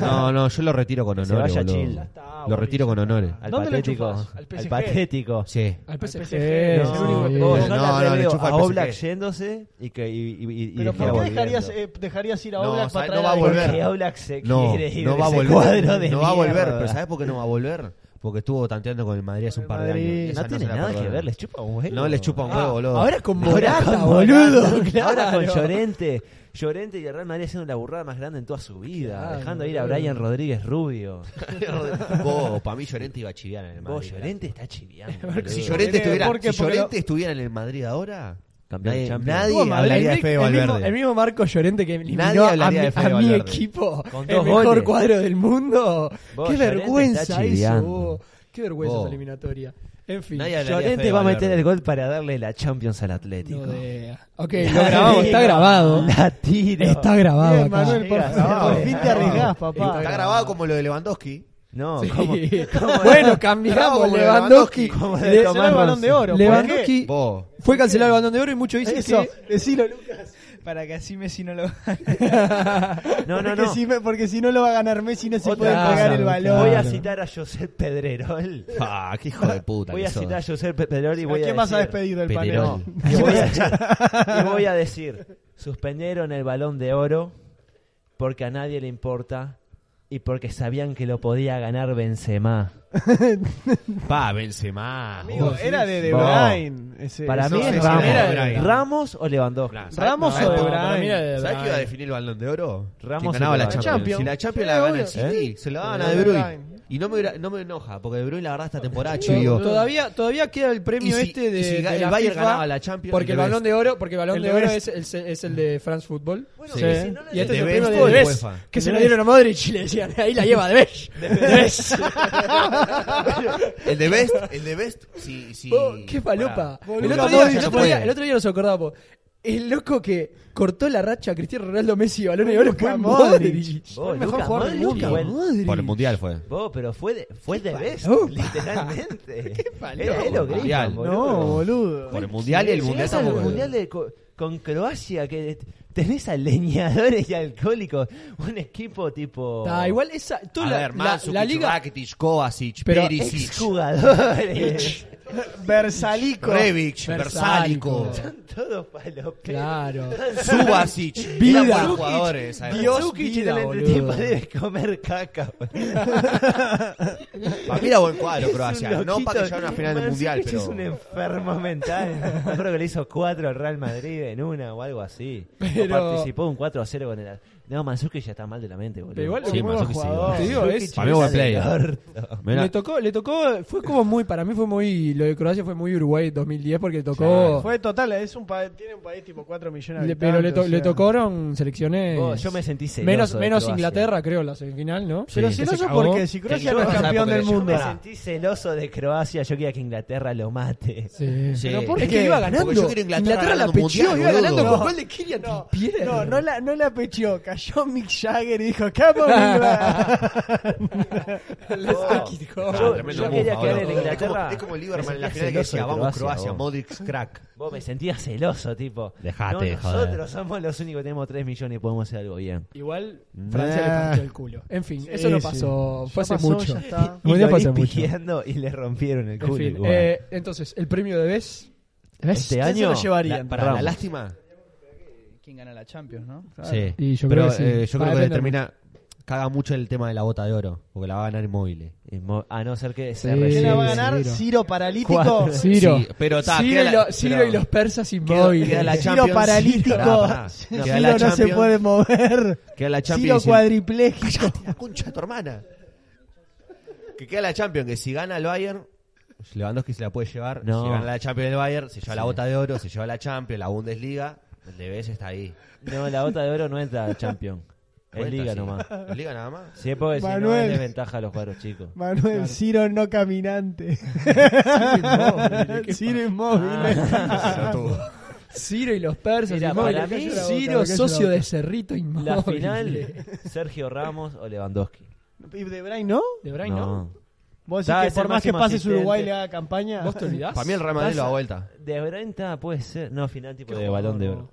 [SPEAKER 4] No, no, yo lo retiro con
[SPEAKER 5] Que se
[SPEAKER 4] honores.
[SPEAKER 5] vaya
[SPEAKER 4] boludo.
[SPEAKER 5] Chil. Ya
[SPEAKER 4] Lo retiro con honores.
[SPEAKER 5] Al
[SPEAKER 3] ¿Dónde lo
[SPEAKER 5] patético.
[SPEAKER 3] enchufás? Al
[SPEAKER 5] Al,
[SPEAKER 3] PSG.
[SPEAKER 5] patético.
[SPEAKER 4] Sí.
[SPEAKER 2] Al PSG.
[SPEAKER 3] PSG, es el
[SPEAKER 2] sí.
[SPEAKER 3] único que-
[SPEAKER 5] vos, yo
[SPEAKER 4] No,
[SPEAKER 5] la
[SPEAKER 4] no, le
[SPEAKER 5] releo
[SPEAKER 4] enchufa
[SPEAKER 5] a
[SPEAKER 4] al
[SPEAKER 5] Oblak
[SPEAKER 4] PSG.
[SPEAKER 5] yéndose y que y, y, y- y
[SPEAKER 3] Pero ¿por
[SPEAKER 5] de Gea
[SPEAKER 3] qué dejarías,
[SPEAKER 5] volviendo.
[SPEAKER 3] eh, dejarías ir a
[SPEAKER 4] No,
[SPEAKER 3] Oblak
[SPEAKER 4] sabe-
[SPEAKER 3] para traer
[SPEAKER 4] no va a volver.
[SPEAKER 5] Porque Oblak se
[SPEAKER 4] No,
[SPEAKER 5] quiere ir
[SPEAKER 4] no
[SPEAKER 5] de
[SPEAKER 4] va a
[SPEAKER 5] ese cuadro
[SPEAKER 4] volver.
[SPEAKER 5] de
[SPEAKER 4] No va a volver,
[SPEAKER 5] mierda.
[SPEAKER 4] pero ¿sabes por qué no va a volver? Porque estuvo tanteando con el Madrid hace un par de años.
[SPEAKER 3] Madrid.
[SPEAKER 4] y esa
[SPEAKER 5] No tiene
[SPEAKER 4] se la
[SPEAKER 5] nada que
[SPEAKER 4] perdonan.
[SPEAKER 5] ver, les chupa un huevo.
[SPEAKER 4] No les chupa un
[SPEAKER 2] Ah,
[SPEAKER 4] huevo, boludo.
[SPEAKER 2] ahora con
[SPEAKER 5] Ahora
[SPEAKER 2] Morata,
[SPEAKER 5] con
[SPEAKER 2] boludo.
[SPEAKER 5] Morata,
[SPEAKER 2] claro.
[SPEAKER 5] Ahora con Llorente. Llorente y el Real Madrid haciendo la burrada más grande en toda su vida.
[SPEAKER 2] Claro,
[SPEAKER 5] dejando ir a
[SPEAKER 2] boludo.
[SPEAKER 5] Brian Rodríguez Rubio.
[SPEAKER 4] Vos, para mí Llorente iba a chiviar en el Madrid.
[SPEAKER 5] Vos, Llorente está chiviando.
[SPEAKER 4] Si
[SPEAKER 5] boludo.
[SPEAKER 4] Llorente,
[SPEAKER 3] Tiene-
[SPEAKER 4] estuviera,
[SPEAKER 3] ¿por qué?
[SPEAKER 4] si
[SPEAKER 3] Porque lo-
[SPEAKER 4] Llorente estuviera en el Madrid ahora,
[SPEAKER 5] Campeón de
[SPEAKER 4] nadie,
[SPEAKER 5] Champions.
[SPEAKER 4] nadie
[SPEAKER 2] Tuvo Madrid.
[SPEAKER 4] hablaría
[SPEAKER 2] el,
[SPEAKER 4] de Fede
[SPEAKER 2] mi- el mismo,
[SPEAKER 4] Valverde.
[SPEAKER 2] el mismo Marco Llorente que
[SPEAKER 4] Nadie
[SPEAKER 2] eliminó a mi,
[SPEAKER 4] hablaría de Fede
[SPEAKER 2] a mi
[SPEAKER 4] Valverde.
[SPEAKER 2] equipo
[SPEAKER 5] Con
[SPEAKER 2] el
[SPEAKER 5] dos
[SPEAKER 2] mejor
[SPEAKER 5] goles.
[SPEAKER 2] cuadro del mundo.
[SPEAKER 5] Vos,
[SPEAKER 2] Qué
[SPEAKER 5] Llorente
[SPEAKER 2] vergüenza
[SPEAKER 5] está
[SPEAKER 2] eso.
[SPEAKER 5] chiviando.
[SPEAKER 2] vos. Qué vergüenza
[SPEAKER 4] Vos.
[SPEAKER 2] esa eliminatoria. En fin.
[SPEAKER 4] Nadie hablaría de
[SPEAKER 5] Llorente
[SPEAKER 4] Fede
[SPEAKER 5] va a meter
[SPEAKER 4] Valverde.
[SPEAKER 5] el gol para darle la Champions al Atlético.
[SPEAKER 2] No de- Ok, lo grabamos, está grabado.
[SPEAKER 5] La tiro.
[SPEAKER 2] Está grabado
[SPEAKER 3] Bien,
[SPEAKER 2] acá.
[SPEAKER 3] Manuel, por
[SPEAKER 5] Llega,
[SPEAKER 3] favor,
[SPEAKER 5] no,
[SPEAKER 3] por fin te
[SPEAKER 5] no.
[SPEAKER 3] arriesgás, papá.
[SPEAKER 4] Está grabado como lo de Lewandowski.
[SPEAKER 5] No,
[SPEAKER 2] Sí.
[SPEAKER 5] ¿cómo?
[SPEAKER 2] Bueno, cambiamos
[SPEAKER 4] Bravo,
[SPEAKER 2] Lewandowski.
[SPEAKER 4] Lewandowski.
[SPEAKER 5] ¿Cómo
[SPEAKER 2] Le-
[SPEAKER 5] de
[SPEAKER 3] Será
[SPEAKER 5] Tomás
[SPEAKER 3] el balón de
[SPEAKER 5] Rossi?
[SPEAKER 3] oro. ¿por qué?
[SPEAKER 2] Lewandowski
[SPEAKER 4] Vos.
[SPEAKER 2] fue cancelado el Bandón de Oro y muchos dicen
[SPEAKER 3] Eso,
[SPEAKER 2] que...
[SPEAKER 3] decilo, Lucas.
[SPEAKER 6] Para que así Messi no lo
[SPEAKER 5] No, no,
[SPEAKER 3] porque,
[SPEAKER 5] no.
[SPEAKER 3] Si, me- porque si no lo va a ganar Messi, no se
[SPEAKER 5] Otra
[SPEAKER 3] puede
[SPEAKER 5] cosa.
[SPEAKER 3] pagar el balón.
[SPEAKER 5] Voy a
[SPEAKER 2] Claro.
[SPEAKER 5] citar a Josep Pedrerol.
[SPEAKER 4] Ah, qué hijo de puta.
[SPEAKER 5] Voy
[SPEAKER 4] que
[SPEAKER 5] a
[SPEAKER 4] sos.
[SPEAKER 5] citar a Josep Pedrerol y
[SPEAKER 3] ¿A
[SPEAKER 5] voy a
[SPEAKER 3] quién vas a
[SPEAKER 5] decir-
[SPEAKER 3] despedir del panel?
[SPEAKER 4] Peteroli.
[SPEAKER 5] Y voy, a, y voy a decir, suspendieron el balón de oro porque a nadie le importa y porque sabían que lo podía ganar Benzema.
[SPEAKER 4] Pa, Benzema.
[SPEAKER 3] Amigo,
[SPEAKER 5] eh,
[SPEAKER 4] Vos.
[SPEAKER 3] era de De
[SPEAKER 5] No.
[SPEAKER 3] Bruyne. ese-
[SPEAKER 5] Para
[SPEAKER 3] eso
[SPEAKER 5] mí
[SPEAKER 3] se
[SPEAKER 5] es
[SPEAKER 4] sí, era de
[SPEAKER 5] Ramos.
[SPEAKER 4] Bryan.
[SPEAKER 5] ¿Ramos o Lewandowski?
[SPEAKER 4] Nah, ¿sabes-
[SPEAKER 3] Ramos
[SPEAKER 4] ¿sabes
[SPEAKER 3] o De
[SPEAKER 4] cómo-
[SPEAKER 3] Bruyne?
[SPEAKER 4] ¿Sabes
[SPEAKER 2] eh.
[SPEAKER 4] qué iba a definir el balón de oro?
[SPEAKER 5] Ramos
[SPEAKER 4] ¿Quién
[SPEAKER 5] o
[SPEAKER 4] ganaba
[SPEAKER 5] De
[SPEAKER 4] la
[SPEAKER 5] Bruyne.
[SPEAKER 4] Champions? Si la
[SPEAKER 3] Sí,
[SPEAKER 4] Champions la gana el
[SPEAKER 3] obvio.
[SPEAKER 2] ¿Eh?
[SPEAKER 4] City, se la daban a
[SPEAKER 3] De
[SPEAKER 4] De
[SPEAKER 3] Bruyne.
[SPEAKER 4] Bruyne. Y Y no me, gra- no me enoja, porque De Bruyne la verdad esta temporada,
[SPEAKER 2] To-
[SPEAKER 4] chivo.
[SPEAKER 2] Todavía, todavía queda el premio
[SPEAKER 4] Y si-
[SPEAKER 2] este de,
[SPEAKER 4] y si
[SPEAKER 2] de
[SPEAKER 4] ga- el
[SPEAKER 2] la
[SPEAKER 4] Bayern
[SPEAKER 2] FIFA,
[SPEAKER 4] ganaba la Champions,
[SPEAKER 2] Porque el
[SPEAKER 4] el de
[SPEAKER 2] balón
[SPEAKER 4] Best.
[SPEAKER 2] de oro, porque el balón
[SPEAKER 3] El
[SPEAKER 2] de
[SPEAKER 3] de
[SPEAKER 2] oro es
[SPEAKER 3] Best.
[SPEAKER 2] el, es el de France Football.
[SPEAKER 5] Bueno,
[SPEAKER 4] Sí.
[SPEAKER 5] y si no le
[SPEAKER 2] Y este
[SPEAKER 4] De
[SPEAKER 2] es el
[SPEAKER 4] Best
[SPEAKER 2] premio
[SPEAKER 4] o
[SPEAKER 2] de
[SPEAKER 4] de
[SPEAKER 2] Best,
[SPEAKER 4] UEFA.
[SPEAKER 2] que se lo dieron a Modric y le decían, ahí la lleva de Best. De Best.
[SPEAKER 4] El de Best, el de Best, sí, sí.
[SPEAKER 2] Oh, ¡Qué falopa!
[SPEAKER 4] Pará.
[SPEAKER 2] El
[SPEAKER 4] Luka
[SPEAKER 2] otro, día,
[SPEAKER 4] Modric
[SPEAKER 2] el
[SPEAKER 4] no
[SPEAKER 2] otro día-
[SPEAKER 4] puede.
[SPEAKER 2] el otro día nos acordábamos. El loco que cortó la racha a Cristiano Ronaldo Messi y Balón de Oro fue
[SPEAKER 3] Luka
[SPEAKER 2] Modric.
[SPEAKER 5] Vos,
[SPEAKER 3] el mejor
[SPEAKER 5] Luka
[SPEAKER 3] jugador del
[SPEAKER 5] Modric,
[SPEAKER 3] mundo.
[SPEAKER 5] buen-
[SPEAKER 2] Modric.
[SPEAKER 4] Por el mundial fue.
[SPEAKER 5] Vos, pero fue de, fue de best,
[SPEAKER 2] falopa.
[SPEAKER 5] literalmente.
[SPEAKER 2] Qué
[SPEAKER 5] Era
[SPEAKER 2] falopa.
[SPEAKER 5] él o Griezmann,
[SPEAKER 4] Mundial.
[SPEAKER 3] No, boludo.
[SPEAKER 4] Por el mundial y el
[SPEAKER 5] Llegás
[SPEAKER 4] mundial
[SPEAKER 5] al
[SPEAKER 4] tampoco.
[SPEAKER 5] mundial de co- con Croacia que tenés a leñadores y alcohólicos, un equipo tipo
[SPEAKER 2] Ah, igual esa. toda
[SPEAKER 4] A
[SPEAKER 2] la,
[SPEAKER 4] ver,
[SPEAKER 2] la-
[SPEAKER 4] Mandzukic,
[SPEAKER 2] la liga.
[SPEAKER 4] Rakitic, Kovacic,
[SPEAKER 2] Pero
[SPEAKER 4] Perisic,
[SPEAKER 5] jugadores,
[SPEAKER 3] Versalico.
[SPEAKER 4] Revic,
[SPEAKER 2] Versálico.
[SPEAKER 4] Versálico,
[SPEAKER 5] todos paloperos.
[SPEAKER 2] Claro.
[SPEAKER 4] Subasic.
[SPEAKER 2] Vida.
[SPEAKER 4] Eran buenos jugadores. ¿sabes?
[SPEAKER 2] Dios,
[SPEAKER 5] Mandzukic
[SPEAKER 2] vida,
[SPEAKER 5] en el
[SPEAKER 2] boludo.
[SPEAKER 5] entretiempo debe comer caca. boludo.
[SPEAKER 4] Para mí era buen cuadro
[SPEAKER 5] Es
[SPEAKER 4] Croacia.
[SPEAKER 5] un
[SPEAKER 4] No para
[SPEAKER 5] loquito.
[SPEAKER 4] que llegara a una final del
[SPEAKER 5] Mandzukic
[SPEAKER 4] mundial,
[SPEAKER 2] este
[SPEAKER 5] Es un
[SPEAKER 4] pero.
[SPEAKER 5] enfermo mental. Yo creo que le hizo cuatro al Real Madrid en una o algo así. O
[SPEAKER 2] Pero-
[SPEAKER 5] participó de un 4 a 0 con el. No, Manzuki ya está mal de la mente, boludo.
[SPEAKER 2] Pero igual-
[SPEAKER 4] Sí, Mandzukic sí.
[SPEAKER 2] Te digo, es-
[SPEAKER 5] Mandzukic
[SPEAKER 4] Para mí buen
[SPEAKER 5] está del
[SPEAKER 4] player.
[SPEAKER 5] orto.
[SPEAKER 4] Mirá,
[SPEAKER 2] Le tocó, le tocó, fue como muy, para mí fue muy, lo de Croacia fue muy Uruguay 2010 porque le tocó,
[SPEAKER 3] Fue total, es un país, tiene un país tipo 4 millones de
[SPEAKER 2] le-
[SPEAKER 3] habitantes.
[SPEAKER 2] pero le, to-
[SPEAKER 3] o
[SPEAKER 2] le
[SPEAKER 3] sea.
[SPEAKER 2] tocaron selecciones
[SPEAKER 5] Oh, yo me sentí celoso
[SPEAKER 2] menos,
[SPEAKER 5] de
[SPEAKER 2] menos
[SPEAKER 5] Croacia.
[SPEAKER 2] Inglaterra creo la semifinal, ¿no? Ah,
[SPEAKER 3] Pero
[SPEAKER 4] Sí,
[SPEAKER 3] si
[SPEAKER 2] que
[SPEAKER 3] no
[SPEAKER 2] se
[SPEAKER 3] eso
[SPEAKER 2] cagó.
[SPEAKER 3] porque si Croacia
[SPEAKER 4] Yo
[SPEAKER 3] no es
[SPEAKER 4] no sabía
[SPEAKER 3] campeón
[SPEAKER 4] porque
[SPEAKER 3] del
[SPEAKER 4] yo me
[SPEAKER 3] mundo.
[SPEAKER 5] Me sentí celoso de Croacia. Yo quería que Inglaterra lo mate.
[SPEAKER 2] Sí.
[SPEAKER 4] Sí.
[SPEAKER 2] Pero ¿por
[SPEAKER 4] Es
[SPEAKER 2] qué?
[SPEAKER 4] que
[SPEAKER 2] iba
[SPEAKER 4] porque
[SPEAKER 2] ganando.
[SPEAKER 4] yo quiero Inglaterra
[SPEAKER 2] la
[SPEAKER 4] ganando
[SPEAKER 2] pecheó,
[SPEAKER 4] mundial,
[SPEAKER 2] iba ganando
[SPEAKER 4] boludo.
[SPEAKER 2] con
[SPEAKER 4] No.
[SPEAKER 2] gol de Kylian
[SPEAKER 3] No,
[SPEAKER 2] Trippier.
[SPEAKER 3] no, no la, no la pecheó, cayó Mick Jagger y dijo, ¡Capa Inglaterra!
[SPEAKER 2] Let's
[SPEAKER 5] Oh.
[SPEAKER 2] take it home.
[SPEAKER 5] Yo-
[SPEAKER 4] Ah, tremendo
[SPEAKER 5] yo
[SPEAKER 4] mufa,
[SPEAKER 5] quería quedar
[SPEAKER 4] boludo.
[SPEAKER 5] en Inglaterra.
[SPEAKER 4] Es como- Es como el Lieberman en la
[SPEAKER 5] Me
[SPEAKER 4] final que
[SPEAKER 5] sentía celoso de
[SPEAKER 4] decía, vamos
[SPEAKER 5] Croacia,
[SPEAKER 4] Croacia,
[SPEAKER 5] vos.
[SPEAKER 4] Modric, crack.
[SPEAKER 5] Vos me sentías celoso, tipo.
[SPEAKER 4] Dejate,
[SPEAKER 5] no,
[SPEAKER 4] joder.
[SPEAKER 5] nosotros somos los únicos que tenemos 3 millones y podemos hacer algo bien.
[SPEAKER 2] Igual Francia le
[SPEAKER 3] Nah.
[SPEAKER 2] partió el culo. En fin,
[SPEAKER 3] Sí,
[SPEAKER 2] eso no
[SPEAKER 3] sí.
[SPEAKER 2] pasó,
[SPEAKER 3] Ya
[SPEAKER 2] fue hace
[SPEAKER 3] pasó,
[SPEAKER 2] mucho.
[SPEAKER 3] ya está.
[SPEAKER 5] Y
[SPEAKER 2] Muy bien,
[SPEAKER 5] lo
[SPEAKER 2] pasa
[SPEAKER 5] vi
[SPEAKER 2] mucho.
[SPEAKER 5] pijeando y le rompieron el
[SPEAKER 2] En
[SPEAKER 5] culo.
[SPEAKER 2] fin,
[SPEAKER 5] igual.
[SPEAKER 2] eh, entonces, el premio de Bes,
[SPEAKER 5] este
[SPEAKER 3] ¿Quién se
[SPEAKER 5] año
[SPEAKER 3] lo llevaría?
[SPEAKER 5] la-
[SPEAKER 4] Para la
[SPEAKER 5] Ramos.
[SPEAKER 4] lástima.
[SPEAKER 1] ¿Quién gana la Champions, no? Claro.
[SPEAKER 4] Sí.
[SPEAKER 2] Y yo
[SPEAKER 4] Pero
[SPEAKER 2] creo que sí.
[SPEAKER 4] eh, yo
[SPEAKER 2] Va,
[SPEAKER 4] creo que
[SPEAKER 2] depende
[SPEAKER 4] determina. Caga mucho el tema de la bota de oro, porque la va a ganar inmóvil.
[SPEAKER 5] Y mo- A no ser que se
[SPEAKER 2] Sí.
[SPEAKER 3] ¿Quién la va a
[SPEAKER 5] reciba.
[SPEAKER 3] ganar?
[SPEAKER 2] Ciro.
[SPEAKER 3] Ciro Paralítico.
[SPEAKER 5] Cuatro.
[SPEAKER 2] Ciro.
[SPEAKER 4] Sí, pero ta,
[SPEAKER 2] Ciro,
[SPEAKER 4] queda
[SPEAKER 2] y,
[SPEAKER 4] la-
[SPEAKER 2] lo- Ciro
[SPEAKER 4] pero-
[SPEAKER 2] y los persas
[SPEAKER 4] Queda-
[SPEAKER 2] inmóviles.
[SPEAKER 4] queda la
[SPEAKER 3] Ciro
[SPEAKER 4] Champions.
[SPEAKER 3] paralítico.
[SPEAKER 4] Pará, pará.
[SPEAKER 3] Ciro
[SPEAKER 4] Queda la
[SPEAKER 3] no se
[SPEAKER 4] Champions.
[SPEAKER 3] puede mover.
[SPEAKER 4] Queda la
[SPEAKER 3] Ciro
[SPEAKER 4] Champions. y dicen,
[SPEAKER 3] cuadripléjico.
[SPEAKER 4] "Cállate la concha de tu hermana. Que queda la Champions, que si gana el Bayern, Lewandowski se la puede llevar.
[SPEAKER 5] No.
[SPEAKER 4] Si gana la Champions el Bayern, se lleva la bota de oro, se lleva la Champions, la Bundesliga. El DBS está ahí.
[SPEAKER 5] No, la bota de oro no entra al champion. Es
[SPEAKER 4] Cuenta,
[SPEAKER 5] liga
[SPEAKER 4] sí.
[SPEAKER 5] nomás.
[SPEAKER 4] Es liga nada más.
[SPEAKER 5] Si es porque si no
[SPEAKER 3] Manuel.
[SPEAKER 5] es desventaja a los cuadros chicos.
[SPEAKER 3] Manuel, Ciro no caminante. Ciro inmóvil.
[SPEAKER 4] Ah.
[SPEAKER 2] Ciro y los persas
[SPEAKER 5] Mira,
[SPEAKER 2] inmóviles.
[SPEAKER 5] para mí-
[SPEAKER 2] Ciro,
[SPEAKER 3] Cállate la boca, cállate la
[SPEAKER 2] socio
[SPEAKER 3] boca.
[SPEAKER 2] de Cerrito inmóvil.
[SPEAKER 5] La final, Sergio Ramos o Lewandowski.
[SPEAKER 3] ¿Y de Brain no?
[SPEAKER 2] De Brian, ¿no?
[SPEAKER 3] Vos
[SPEAKER 5] Da,
[SPEAKER 3] decís
[SPEAKER 5] es
[SPEAKER 3] que por
[SPEAKER 5] el
[SPEAKER 3] más que
[SPEAKER 5] máximo
[SPEAKER 3] pases
[SPEAKER 5] asistente.
[SPEAKER 3] Uruguay le haga campaña.
[SPEAKER 2] ¿Vos te olvidás?
[SPEAKER 4] Para mí el Real Madrid lo da vuelta.
[SPEAKER 5] De Brain ta, puede ser. No, final tipo
[SPEAKER 2] Qué
[SPEAKER 5] de
[SPEAKER 2] jugador,
[SPEAKER 5] balón de
[SPEAKER 2] ¿no?
[SPEAKER 5] oro.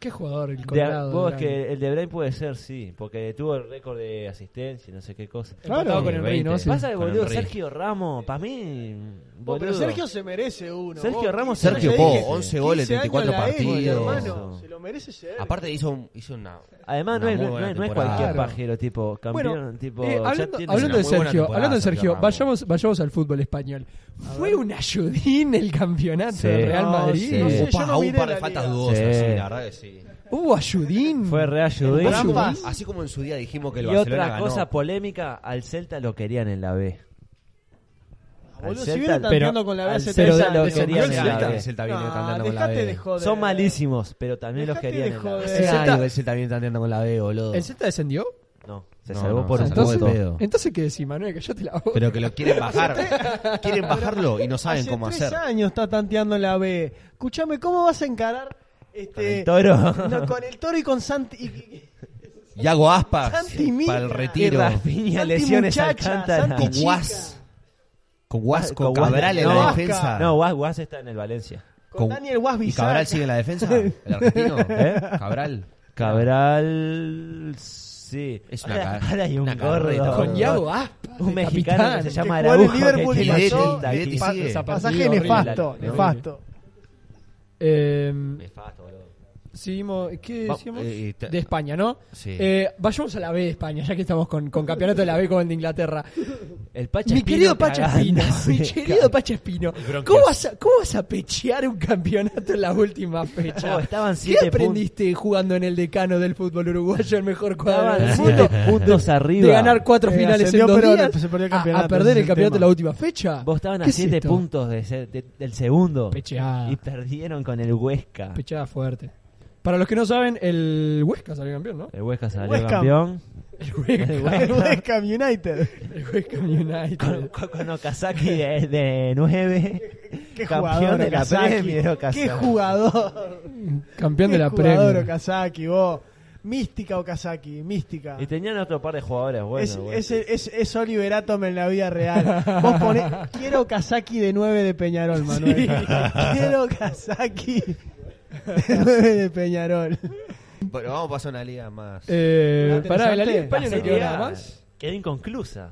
[SPEAKER 2] Qué jugador el
[SPEAKER 5] De-
[SPEAKER 2] Colorado.
[SPEAKER 5] vos
[SPEAKER 2] de Brian.
[SPEAKER 5] que el de Brain puede ser, sí. Porque tuvo el récord de asistencia y no sé qué cosa.
[SPEAKER 3] Claro.
[SPEAKER 2] Empatado con el Rey, ¿no?
[SPEAKER 4] 20.
[SPEAKER 2] Sí.
[SPEAKER 5] Pasa que,
[SPEAKER 4] Con
[SPEAKER 5] boludo,
[SPEAKER 4] Henry.
[SPEAKER 5] Sergio Ramos, para mí.
[SPEAKER 3] Vos, pero
[SPEAKER 5] boludo.
[SPEAKER 3] Sergio se merece uno.
[SPEAKER 5] Sergio
[SPEAKER 3] vos.
[SPEAKER 5] Ramos se
[SPEAKER 4] Sergio
[SPEAKER 5] Yo
[SPEAKER 4] Po,
[SPEAKER 5] dije,
[SPEAKER 4] 11 goles,
[SPEAKER 3] 15 años
[SPEAKER 4] 34
[SPEAKER 3] la élite,
[SPEAKER 4] partidos.
[SPEAKER 3] hermano, se lo merece Sergio.
[SPEAKER 4] Aparte hizo, un- hizo una...
[SPEAKER 5] Además, no
[SPEAKER 4] Una
[SPEAKER 5] es,
[SPEAKER 4] muy
[SPEAKER 5] no,
[SPEAKER 4] buena
[SPEAKER 5] es- no es
[SPEAKER 4] temporada.
[SPEAKER 5] cualquier
[SPEAKER 2] Claro.
[SPEAKER 5] pajero, tipo campeón,
[SPEAKER 2] Bueno,
[SPEAKER 5] tipo.
[SPEAKER 2] eh,
[SPEAKER 5] ya
[SPEAKER 2] hablando,
[SPEAKER 5] tiene
[SPEAKER 2] hablando
[SPEAKER 5] una
[SPEAKER 2] de
[SPEAKER 4] muy buena
[SPEAKER 2] Sergio,
[SPEAKER 4] temporada,
[SPEAKER 2] hablando de
[SPEAKER 4] Sergio
[SPEAKER 2] Sergio,
[SPEAKER 4] Ramos.
[SPEAKER 2] vayamos, vayamos al fútbol español. Fue un ayudín el campeonato
[SPEAKER 5] Sí.
[SPEAKER 2] de Real
[SPEAKER 5] No,
[SPEAKER 2] Madrid.
[SPEAKER 5] sí. No sé,
[SPEAKER 4] Hubo
[SPEAKER 3] yo
[SPEAKER 4] pa-
[SPEAKER 3] no
[SPEAKER 4] hubo un
[SPEAKER 3] miré
[SPEAKER 4] par
[SPEAKER 3] la
[SPEAKER 4] de faltas
[SPEAKER 3] liga.
[SPEAKER 4] dudosas,
[SPEAKER 5] Sí.
[SPEAKER 4] sí, la verdad que sí.
[SPEAKER 2] Hubo ayudín.
[SPEAKER 5] Fue re ayudín.
[SPEAKER 2] Gran
[SPEAKER 4] Así-
[SPEAKER 2] pas.
[SPEAKER 4] Así como en su día dijimos que el
[SPEAKER 5] Y
[SPEAKER 4] Barcelona
[SPEAKER 5] otra
[SPEAKER 4] ganó.
[SPEAKER 5] cosa polémica, al Celta lo querían en la B.
[SPEAKER 3] Ah, boludo,
[SPEAKER 5] al
[SPEAKER 3] si
[SPEAKER 5] Celta-
[SPEAKER 3] vienen tanteando
[SPEAKER 5] pero-
[SPEAKER 3] con la B
[SPEAKER 5] al
[SPEAKER 3] hace
[SPEAKER 5] Celta
[SPEAKER 3] tres
[SPEAKER 5] lo
[SPEAKER 3] años.
[SPEAKER 5] querían
[SPEAKER 3] ¿Campeón
[SPEAKER 4] el
[SPEAKER 5] en
[SPEAKER 3] Celta?
[SPEAKER 4] Celta,
[SPEAKER 5] B.
[SPEAKER 4] el Celta viene
[SPEAKER 3] Ah,
[SPEAKER 4] tanteando con la
[SPEAKER 3] dejate de
[SPEAKER 4] B.
[SPEAKER 3] joder.
[SPEAKER 5] Son malísimos, pero también los
[SPEAKER 3] Dejate
[SPEAKER 5] querían
[SPEAKER 3] de
[SPEAKER 5] en la B.
[SPEAKER 3] joder.
[SPEAKER 4] Hace
[SPEAKER 2] Celta-
[SPEAKER 4] años que el Celta viene tanteando con la B, boludo.
[SPEAKER 2] ¿El Z descendió?
[SPEAKER 5] No, se
[SPEAKER 4] No,
[SPEAKER 5] salvó
[SPEAKER 4] no,
[SPEAKER 5] por
[SPEAKER 4] se
[SPEAKER 5] un
[SPEAKER 4] salvó
[SPEAKER 2] entonces,
[SPEAKER 4] de
[SPEAKER 5] punto.
[SPEAKER 4] pedo.
[SPEAKER 2] entonces, ¿qué decís, Manuel? Callate la boca.
[SPEAKER 4] Pero que lo quieren bajar. quieren bajarlo y no saben
[SPEAKER 3] hace
[SPEAKER 4] cómo
[SPEAKER 3] tres
[SPEAKER 4] hacer.
[SPEAKER 3] años está tanteando la B. Escuchame, ¿cómo vas a encarar este
[SPEAKER 5] Con el toro.
[SPEAKER 3] no, con el toro y con Santi y- y-
[SPEAKER 4] Y hago aspas
[SPEAKER 3] Santi Mina.
[SPEAKER 4] para el
[SPEAKER 5] Y
[SPEAKER 4] retiro.
[SPEAKER 5] Rafinha,
[SPEAKER 3] Santi
[SPEAKER 5] lesiones
[SPEAKER 3] muchacha,
[SPEAKER 5] Alcántara.
[SPEAKER 4] Con
[SPEAKER 3] Santi
[SPEAKER 4] Guas. Con Guas,
[SPEAKER 5] Ah,
[SPEAKER 4] con
[SPEAKER 5] con Guas.
[SPEAKER 4] Cabral en
[SPEAKER 5] No,
[SPEAKER 4] la
[SPEAKER 5] Guas.
[SPEAKER 3] Ah.
[SPEAKER 4] defensa.
[SPEAKER 5] No, Guas, Guas está en el Valencia.
[SPEAKER 3] con Daniel
[SPEAKER 4] ¿Y
[SPEAKER 3] Guasbizac.
[SPEAKER 4] Cabral sigue en la defensa? ¿El argentino?
[SPEAKER 5] ¿Eh?
[SPEAKER 4] Cabral.
[SPEAKER 5] Cabral. Sí.
[SPEAKER 4] Es una
[SPEAKER 5] Ahora-
[SPEAKER 4] ca-
[SPEAKER 5] ahora hay
[SPEAKER 4] una
[SPEAKER 5] un gordo.
[SPEAKER 4] carreta,
[SPEAKER 2] Con
[SPEAKER 4] boludo.
[SPEAKER 2] Yago Aspas.
[SPEAKER 5] Un
[SPEAKER 2] de
[SPEAKER 5] mexicano que
[SPEAKER 2] capitán.
[SPEAKER 5] se llama
[SPEAKER 3] Que jugó en ah, el
[SPEAKER 5] Araujo. que
[SPEAKER 3] Liverpool y
[SPEAKER 5] tiene
[SPEAKER 4] Liverpool.
[SPEAKER 5] cinta,
[SPEAKER 4] Liverpool
[SPEAKER 5] que-
[SPEAKER 4] y sigue.
[SPEAKER 2] Esa partida
[SPEAKER 3] Pasaje
[SPEAKER 2] horrible.
[SPEAKER 3] nefasto,
[SPEAKER 5] horrible.
[SPEAKER 3] nefasto.
[SPEAKER 2] Eh,
[SPEAKER 4] Nefasto, boludo.
[SPEAKER 2] Seguimos. ¿Qué
[SPEAKER 4] Va-
[SPEAKER 2] decíamos?
[SPEAKER 4] eh, te-
[SPEAKER 2] de España, ¿no?
[SPEAKER 4] Sí.
[SPEAKER 2] Eh, vayamos a la B de España, ya que estamos con, con campeonato de la B con el de Inglaterra.
[SPEAKER 5] El Pacha
[SPEAKER 2] Mi
[SPEAKER 5] Espino
[SPEAKER 2] querido Pacha Espino,
[SPEAKER 5] cagándose,
[SPEAKER 2] mi querido
[SPEAKER 5] cagando.
[SPEAKER 2] Pacha Espino,
[SPEAKER 4] Bronquias.
[SPEAKER 2] ¿cómo vas, a, ¿cómo vas a pechear un campeonato en la última fecha?
[SPEAKER 5] Oh, estaban
[SPEAKER 2] ¿Qué
[SPEAKER 5] siete
[SPEAKER 2] aprendiste jugando en el decano del fútbol uruguayo, el mejor cuadro del
[SPEAKER 5] Estaban
[SPEAKER 2] mundo?
[SPEAKER 5] siete puntos arriba.
[SPEAKER 2] De ganar cuatro
[SPEAKER 3] Eh,
[SPEAKER 2] finales
[SPEAKER 3] ascendió,
[SPEAKER 2] en dos
[SPEAKER 3] pero
[SPEAKER 2] días
[SPEAKER 3] se perdió el
[SPEAKER 2] a- a,
[SPEAKER 3] campeonato,
[SPEAKER 2] perder
[SPEAKER 3] ese
[SPEAKER 2] el
[SPEAKER 3] es el
[SPEAKER 2] campeonaban
[SPEAKER 3] tema.
[SPEAKER 2] la última fecha.
[SPEAKER 5] Vos estaban a
[SPEAKER 2] ¿Qué es
[SPEAKER 5] 7
[SPEAKER 2] esto?
[SPEAKER 5] puntos de se- de- del segundo.
[SPEAKER 2] Pecheada.
[SPEAKER 5] Y perdieron con el Huesca.
[SPEAKER 2] Pechada fuerte. Para los que no saben, el Huesca salió campeón, ¿no?
[SPEAKER 5] El Huesca salió
[SPEAKER 3] Huesca.
[SPEAKER 5] campeón.
[SPEAKER 2] El Huesca.
[SPEAKER 3] El West Ham United.
[SPEAKER 2] el Huesca United.
[SPEAKER 5] Con, con- con Okazaki de, de 9.
[SPEAKER 3] Qué
[SPEAKER 5] campeón
[SPEAKER 3] jugador,
[SPEAKER 5] de la
[SPEAKER 3] Okazaki.
[SPEAKER 5] Premier.
[SPEAKER 3] Qué
[SPEAKER 5] Okazaki.
[SPEAKER 3] jugador.
[SPEAKER 2] Campeón de
[SPEAKER 3] Qué
[SPEAKER 2] la
[SPEAKER 3] jugador
[SPEAKER 2] Premier.
[SPEAKER 3] Okazaki, vos. Mística Okazaki, mística.
[SPEAKER 5] Y tenían otro par de jugadores buenos.
[SPEAKER 3] es,
[SPEAKER 5] bueno.
[SPEAKER 3] es, es, es Oliver Atom en la vida real. Vos ponés, quiero Okazaki de 9 de Peñarol, Manuel. Quiero Okazaki de 9 de Peñarol.
[SPEAKER 4] Pero vamos a pasar a una liga más.
[SPEAKER 2] Eh,
[SPEAKER 3] Interesante.
[SPEAKER 2] pará, la Liga de
[SPEAKER 5] La
[SPEAKER 2] España no
[SPEAKER 5] Serie
[SPEAKER 2] quedó
[SPEAKER 5] A
[SPEAKER 2] nada más.
[SPEAKER 5] Quedó inconclusa.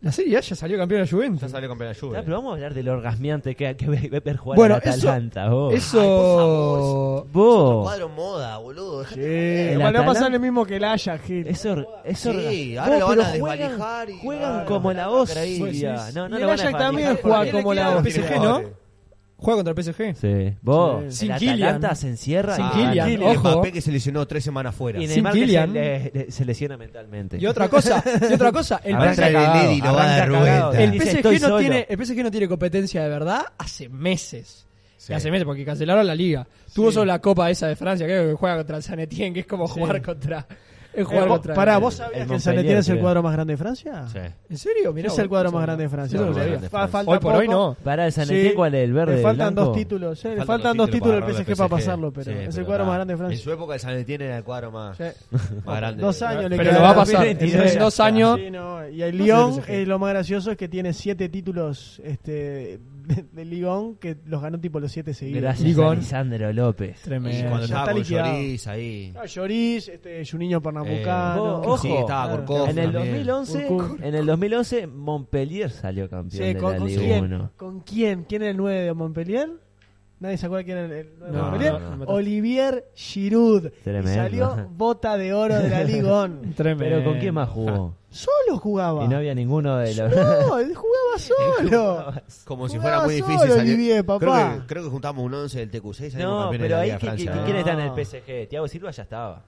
[SPEAKER 2] La Serie A ya salió campeón la
[SPEAKER 4] Ya
[SPEAKER 2] Juventus.
[SPEAKER 4] salió campeón de
[SPEAKER 5] Ya,
[SPEAKER 4] la
[SPEAKER 5] pero
[SPEAKER 4] Juve.
[SPEAKER 5] vamos a hablar del orgasmeante que, que ve, ve ver jugar
[SPEAKER 2] Bueno,
[SPEAKER 5] al
[SPEAKER 2] eso-
[SPEAKER 5] Atalanta. vos.
[SPEAKER 2] Eso.
[SPEAKER 5] Vos.
[SPEAKER 4] Cuadro moda, boludo. dejate
[SPEAKER 3] Eh,
[SPEAKER 5] El
[SPEAKER 3] le va a pasar
[SPEAKER 5] Atalanta-
[SPEAKER 3] lo mismo que el Ajax, Gil.
[SPEAKER 5] Es or- es
[SPEAKER 4] Sí,
[SPEAKER 5] orga-
[SPEAKER 4] ahora lo van
[SPEAKER 5] pero
[SPEAKER 4] a
[SPEAKER 5] juegan-
[SPEAKER 4] desvalijar y-
[SPEAKER 5] Juegan
[SPEAKER 4] Claro.
[SPEAKER 5] como la hostia. No, no
[SPEAKER 3] Y
[SPEAKER 5] lo
[SPEAKER 3] el
[SPEAKER 5] van a
[SPEAKER 3] Ajax también
[SPEAKER 5] desvalijar
[SPEAKER 3] juega
[SPEAKER 5] porque-
[SPEAKER 3] como la
[SPEAKER 2] Claro,
[SPEAKER 4] de
[SPEAKER 2] PSG,
[SPEAKER 4] jugadores.
[SPEAKER 2] Juega contra el PSG.
[SPEAKER 5] Sí, vos.
[SPEAKER 3] Sí.
[SPEAKER 5] El
[SPEAKER 2] Sin
[SPEAKER 5] Atalanta
[SPEAKER 2] Kylian.
[SPEAKER 5] se encierra
[SPEAKER 2] Sin
[SPEAKER 5] y-
[SPEAKER 2] Kylian.
[SPEAKER 5] Ah,
[SPEAKER 4] Kylian
[SPEAKER 2] ojo.
[SPEAKER 4] Mbappé que se lesionó tres semanas fuera.
[SPEAKER 5] Y
[SPEAKER 2] Sin
[SPEAKER 5] Neymar que se,
[SPEAKER 2] Kylian.
[SPEAKER 5] le- le- se lesiona mentalmente.
[SPEAKER 2] Y otra cosa, y otra cosa, el
[SPEAKER 5] A ver,
[SPEAKER 2] PSG
[SPEAKER 4] Arranca
[SPEAKER 5] cagado,
[SPEAKER 4] Lady y lo va a
[SPEAKER 5] arranca
[SPEAKER 4] dar
[SPEAKER 5] cagado.
[SPEAKER 4] vuelta.
[SPEAKER 2] El
[SPEAKER 5] Dice,
[SPEAKER 2] PSG,
[SPEAKER 5] "Estoy
[SPEAKER 2] no
[SPEAKER 5] solo".
[SPEAKER 2] tiene, el PSG no tiene competencia de verdad hace meses.
[SPEAKER 4] Sí.
[SPEAKER 2] Hace meses, porque cancelaron la liga. Tuvo solo la copa esa de Francia, creo que juega contra el San Etienne, que es como jugar contra. Es
[SPEAKER 3] Eh,
[SPEAKER 2] jugar
[SPEAKER 3] vos-
[SPEAKER 2] contra.
[SPEAKER 3] pará, ¿vos
[SPEAKER 5] el
[SPEAKER 3] sabías que el San
[SPEAKER 5] Montpellier,
[SPEAKER 3] Etienne es el
[SPEAKER 5] creo.
[SPEAKER 3] cuadro más grande de Francia?
[SPEAKER 4] Sí.
[SPEAKER 2] ¿En serio? Mirá,
[SPEAKER 3] es
[SPEAKER 2] vos,
[SPEAKER 3] el cuadro
[SPEAKER 2] no
[SPEAKER 3] más
[SPEAKER 2] sabía.
[SPEAKER 3] grande de Francia.
[SPEAKER 2] Eso no lo
[SPEAKER 4] Más
[SPEAKER 2] sabía.
[SPEAKER 4] grande de
[SPEAKER 3] Fa-
[SPEAKER 4] Francia.
[SPEAKER 3] falta
[SPEAKER 2] Hoy por hoy
[SPEAKER 3] poco.
[SPEAKER 2] no.
[SPEAKER 5] Para el San
[SPEAKER 3] Sí.
[SPEAKER 5] Etienne, ¿cuál es? ¿El verde?
[SPEAKER 3] Le
[SPEAKER 5] el
[SPEAKER 3] faltan
[SPEAKER 5] blanco?
[SPEAKER 3] dos títulos. eh, Le
[SPEAKER 4] Faltan
[SPEAKER 3] faltan dos títulos al PSG, para
[SPEAKER 4] ganarlo
[SPEAKER 3] pasarlo, pero
[SPEAKER 4] Sí,
[SPEAKER 3] es el
[SPEAKER 4] pero
[SPEAKER 3] cuadro
[SPEAKER 4] nada.
[SPEAKER 3] más grande de
[SPEAKER 4] En su
[SPEAKER 3] Francia.
[SPEAKER 4] época el San Etienne era el cuadro más,
[SPEAKER 2] Sí.
[SPEAKER 4] más grande.
[SPEAKER 3] Dos años le
[SPEAKER 2] Pero
[SPEAKER 3] quedan
[SPEAKER 2] lo va a
[SPEAKER 3] al
[SPEAKER 2] pasar.
[SPEAKER 5] 2022
[SPEAKER 2] En
[SPEAKER 5] ya
[SPEAKER 2] dos
[SPEAKER 5] está.
[SPEAKER 2] años.
[SPEAKER 3] Sí, no, Y el
[SPEAKER 2] No sé
[SPEAKER 3] Lyon,
[SPEAKER 2] el PSG.
[SPEAKER 3] eh, lo más gracioso es que tiene siete títulos este, de, de Ligón que los ganó tipo los siete seguidos.
[SPEAKER 5] Gracias
[SPEAKER 2] Ligón.
[SPEAKER 5] a Lisandro López.
[SPEAKER 4] Y
[SPEAKER 2] Tremendo.
[SPEAKER 4] cuando
[SPEAKER 3] Ya
[SPEAKER 4] estaba
[SPEAKER 3] está
[SPEAKER 4] con
[SPEAKER 3] liquidado.
[SPEAKER 4] Lloris ahí.
[SPEAKER 3] Ah, Lloris, este, Juninho
[SPEAKER 5] vos,
[SPEAKER 3] Pernambucano.
[SPEAKER 5] ojo.
[SPEAKER 4] Sí, estaba
[SPEAKER 3] Claro.
[SPEAKER 4] Corcó
[SPEAKER 5] En
[SPEAKER 4] también.
[SPEAKER 5] el, 2011,
[SPEAKER 3] Urcú.
[SPEAKER 5] en el 2011, Montpellier salió campeón
[SPEAKER 3] Sí,
[SPEAKER 5] de
[SPEAKER 3] con,
[SPEAKER 5] la
[SPEAKER 3] con
[SPEAKER 5] Liga
[SPEAKER 3] quién?
[SPEAKER 5] 1.
[SPEAKER 3] ¿Con quién? ¿Quién era el 9 de Montpellier? ¿Nadie se acuerda quién era el 9 de
[SPEAKER 5] No,
[SPEAKER 3] Montpellier?
[SPEAKER 5] no,
[SPEAKER 2] no.
[SPEAKER 3] Olivier Giroud.
[SPEAKER 5] Tremendo.
[SPEAKER 3] Y salió bota de oro de la Ligón.
[SPEAKER 2] Tremendo.
[SPEAKER 5] Pero ¿con quién más jugó?
[SPEAKER 3] Solo jugaba.
[SPEAKER 5] Y no había ninguno de los...
[SPEAKER 3] No, él jugaba solo.
[SPEAKER 4] Como si fuera
[SPEAKER 3] Jugaba
[SPEAKER 4] muy difícil.
[SPEAKER 3] solo,
[SPEAKER 4] salió-
[SPEAKER 3] Olivier, papá.
[SPEAKER 4] Creo, que, creo que juntamos un 11 del TQC y salimos
[SPEAKER 5] No,
[SPEAKER 4] campeones de
[SPEAKER 5] pero
[SPEAKER 4] la
[SPEAKER 5] ahí
[SPEAKER 4] Liga de
[SPEAKER 5] que- que-
[SPEAKER 4] Francia.
[SPEAKER 5] que- ¿quién está en el PSG? Thiago Silva ya estaba.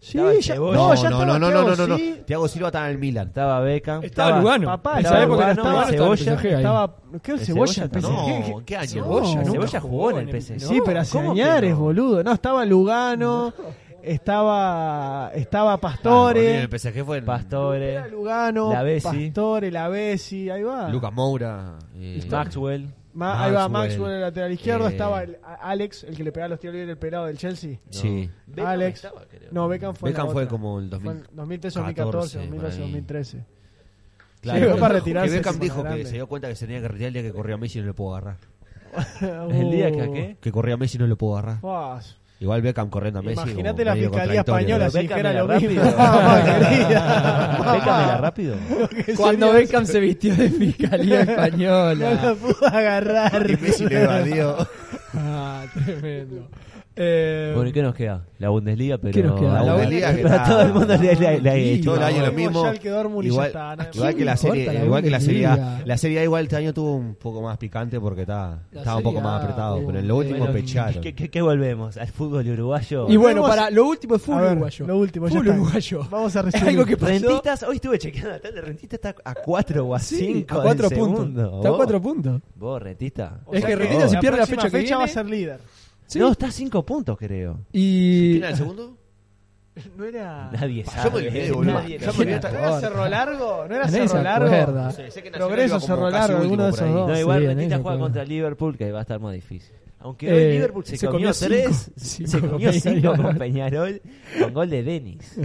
[SPEAKER 3] Sí,
[SPEAKER 5] Estaba
[SPEAKER 3] ya,
[SPEAKER 5] Cebolla.
[SPEAKER 3] no, ya
[SPEAKER 4] no,
[SPEAKER 3] estaba
[SPEAKER 4] no, no, no, no, no, no.
[SPEAKER 3] Thiago, sí.
[SPEAKER 4] Thiago Silva estaba en el Milan.
[SPEAKER 5] Estaba Beckham.
[SPEAKER 2] Estaba Lugano.
[SPEAKER 3] Papá,
[SPEAKER 2] En
[SPEAKER 5] estaba
[SPEAKER 2] esa época no
[SPEAKER 5] Lugano,
[SPEAKER 2] estaba, no estaba el
[SPEAKER 5] Cebolla,
[SPEAKER 2] PSG ahí.
[SPEAKER 3] Estaba, ¿qué
[SPEAKER 5] El
[SPEAKER 3] Cebolla?
[SPEAKER 5] Cebolla
[SPEAKER 3] ¿El PSG?
[SPEAKER 4] No, ¿qué año?
[SPEAKER 2] Cebolla,
[SPEAKER 3] No,
[SPEAKER 2] nunca
[SPEAKER 5] Cebolla jugó en el PSG.
[SPEAKER 3] Sí, pero hace
[SPEAKER 5] ¿cómo que
[SPEAKER 3] añares,
[SPEAKER 5] no?
[SPEAKER 3] boludo. No, estaba Lugano, estaba estaba
[SPEAKER 4] Ah,
[SPEAKER 3] Pastore,
[SPEAKER 4] el PSG fue el-
[SPEAKER 3] era
[SPEAKER 5] Pastore,
[SPEAKER 3] Lugano,
[SPEAKER 5] La Bessi.
[SPEAKER 3] Pastore, la Bessi, ahí va.
[SPEAKER 4] Lucas Moura. eh,
[SPEAKER 5] Maxwell.
[SPEAKER 3] Ma- ahí va
[SPEAKER 4] Maxwell.
[SPEAKER 3] Maxwell, el lateral izquierdo,
[SPEAKER 4] Eh.
[SPEAKER 3] estaba el- a- Alex, el que le pegaba los tiros libres, el pelado del Chelsea.
[SPEAKER 4] Sí.
[SPEAKER 5] Beckham
[SPEAKER 3] Alex.
[SPEAKER 5] estaba, creo.
[SPEAKER 3] No, Beckham fue en la
[SPEAKER 4] Beckham fue
[SPEAKER 3] otra.
[SPEAKER 4] como el
[SPEAKER 3] Fue
[SPEAKER 4] 2000.
[SPEAKER 3] en 2013, 2014, 2012,
[SPEAKER 4] por ahí.
[SPEAKER 3] 2013.
[SPEAKER 4] Claro,
[SPEAKER 3] Llegó para
[SPEAKER 4] que
[SPEAKER 3] retirarse,
[SPEAKER 4] Beckham
[SPEAKER 3] se
[SPEAKER 4] dijo
[SPEAKER 3] hizo
[SPEAKER 4] que
[SPEAKER 3] grande.
[SPEAKER 4] se dio cuenta que se tenía que retirar el día que corría Messi y no le pudo agarrar.
[SPEAKER 5] El día que
[SPEAKER 3] Uh,
[SPEAKER 5] qué?
[SPEAKER 4] Que corría Messi y no le pudo agarrar.
[SPEAKER 3] Fas.
[SPEAKER 4] Igual Beckham corriendo a Messi.
[SPEAKER 3] Imagínate
[SPEAKER 4] como
[SPEAKER 3] la
[SPEAKER 4] medio
[SPEAKER 3] fiscalía española
[SPEAKER 4] contradictorio, ¿no?
[SPEAKER 3] si
[SPEAKER 5] Beckham
[SPEAKER 3] dijera
[SPEAKER 5] era
[SPEAKER 3] lo mismo.
[SPEAKER 5] rápido.
[SPEAKER 3] Mamá querida.
[SPEAKER 5] Beckham era rápido.
[SPEAKER 2] Cuando Beckham se vistió de fiscalía
[SPEAKER 3] No la
[SPEAKER 2] española.
[SPEAKER 3] pudo agarrar.
[SPEAKER 4] Y Messi le evadió.
[SPEAKER 2] Ah, tremendo. Eh,
[SPEAKER 5] Bueno, ¿y qué nos queda? La Bundesliga, pero...
[SPEAKER 2] ¿Qué nos queda? La
[SPEAKER 5] La
[SPEAKER 4] Bundesliga que
[SPEAKER 5] Bundesliga. Para
[SPEAKER 4] está-
[SPEAKER 5] todo el mundo le, le,
[SPEAKER 2] Sí,
[SPEAKER 5] le,
[SPEAKER 4] Todo el año lo mismo.
[SPEAKER 3] Schalke, Dortmund y ya
[SPEAKER 4] Igual,
[SPEAKER 3] está, nada más.
[SPEAKER 4] igual que la
[SPEAKER 2] ¿Quién le
[SPEAKER 4] serie,
[SPEAKER 2] importa la
[SPEAKER 4] igual que la serie A.
[SPEAKER 2] Bundesliga?
[SPEAKER 4] La serie A igual este año tuvo un poco más picante porque estaba,
[SPEAKER 2] La
[SPEAKER 4] estaba un
[SPEAKER 2] Serie
[SPEAKER 4] poco más
[SPEAKER 2] A,
[SPEAKER 4] apretado.
[SPEAKER 2] uh,
[SPEAKER 4] pero en lo último
[SPEAKER 2] bueno,
[SPEAKER 4] pecharon.
[SPEAKER 5] ¿Qué, qué, qué volvemos? ¿Al fútbol uruguayo?
[SPEAKER 2] Y bueno,
[SPEAKER 3] Volvemos-
[SPEAKER 2] para lo último es
[SPEAKER 3] A
[SPEAKER 2] fútbol
[SPEAKER 3] ver,
[SPEAKER 2] uruguayo.
[SPEAKER 3] lo último, ya
[SPEAKER 2] fútbol
[SPEAKER 3] está.
[SPEAKER 2] uruguayo.
[SPEAKER 3] Vamos a
[SPEAKER 2] Es
[SPEAKER 3] resumir.
[SPEAKER 2] algo que pasó.
[SPEAKER 5] Rentistas, hoy estuve chequeando la tabla, Rentistas está a 4 o a 5
[SPEAKER 2] Sí, a cuatro puntos. Está a cuatro puntos.
[SPEAKER 5] ¿Vos, Rentista?
[SPEAKER 3] O
[SPEAKER 2] Es
[SPEAKER 3] sea
[SPEAKER 2] que Rentistas si
[SPEAKER 3] la
[SPEAKER 2] pierde la
[SPEAKER 3] próxima
[SPEAKER 2] fecha que viene-
[SPEAKER 3] va a ser líder.
[SPEAKER 2] Sí.
[SPEAKER 5] No, está a 5 puntos, creo.
[SPEAKER 2] Y.
[SPEAKER 4] ¿Quién era el segundo?
[SPEAKER 3] No era.
[SPEAKER 5] Nadie
[SPEAKER 4] Yo
[SPEAKER 2] Ah,
[SPEAKER 5] sabe.
[SPEAKER 4] me olvidé, boludo.
[SPEAKER 5] Nadie
[SPEAKER 4] Yo
[SPEAKER 5] lo
[SPEAKER 4] me olvidé
[SPEAKER 5] sabe.
[SPEAKER 3] ¿No era Cerro Largo? ¿No era
[SPEAKER 2] Nadie se
[SPEAKER 3] Cerro Largo?
[SPEAKER 2] acuerda.
[SPEAKER 4] No sé, sé que Nacional
[SPEAKER 3] Progreso,
[SPEAKER 4] iba como
[SPEAKER 3] Cerro
[SPEAKER 4] casi
[SPEAKER 3] Largo,
[SPEAKER 4] último
[SPEAKER 3] alguno de
[SPEAKER 4] por
[SPEAKER 3] esos
[SPEAKER 4] ahí.
[SPEAKER 3] dos.
[SPEAKER 5] No,
[SPEAKER 2] Sí,
[SPEAKER 5] igual
[SPEAKER 2] en
[SPEAKER 5] Rentista
[SPEAKER 2] eso
[SPEAKER 5] juega
[SPEAKER 2] juega.
[SPEAKER 5] contra Liverpool, que ahí va a estar más difícil. Aunque
[SPEAKER 2] Eh,
[SPEAKER 5] hoy Liverpool se,
[SPEAKER 2] se
[SPEAKER 5] comió
[SPEAKER 2] comió
[SPEAKER 5] 3,
[SPEAKER 2] cinco.
[SPEAKER 5] se
[SPEAKER 2] Cinco
[SPEAKER 5] comió
[SPEAKER 2] con
[SPEAKER 5] 5
[SPEAKER 2] Peñarol.
[SPEAKER 5] con Peñarol, con gol de Denis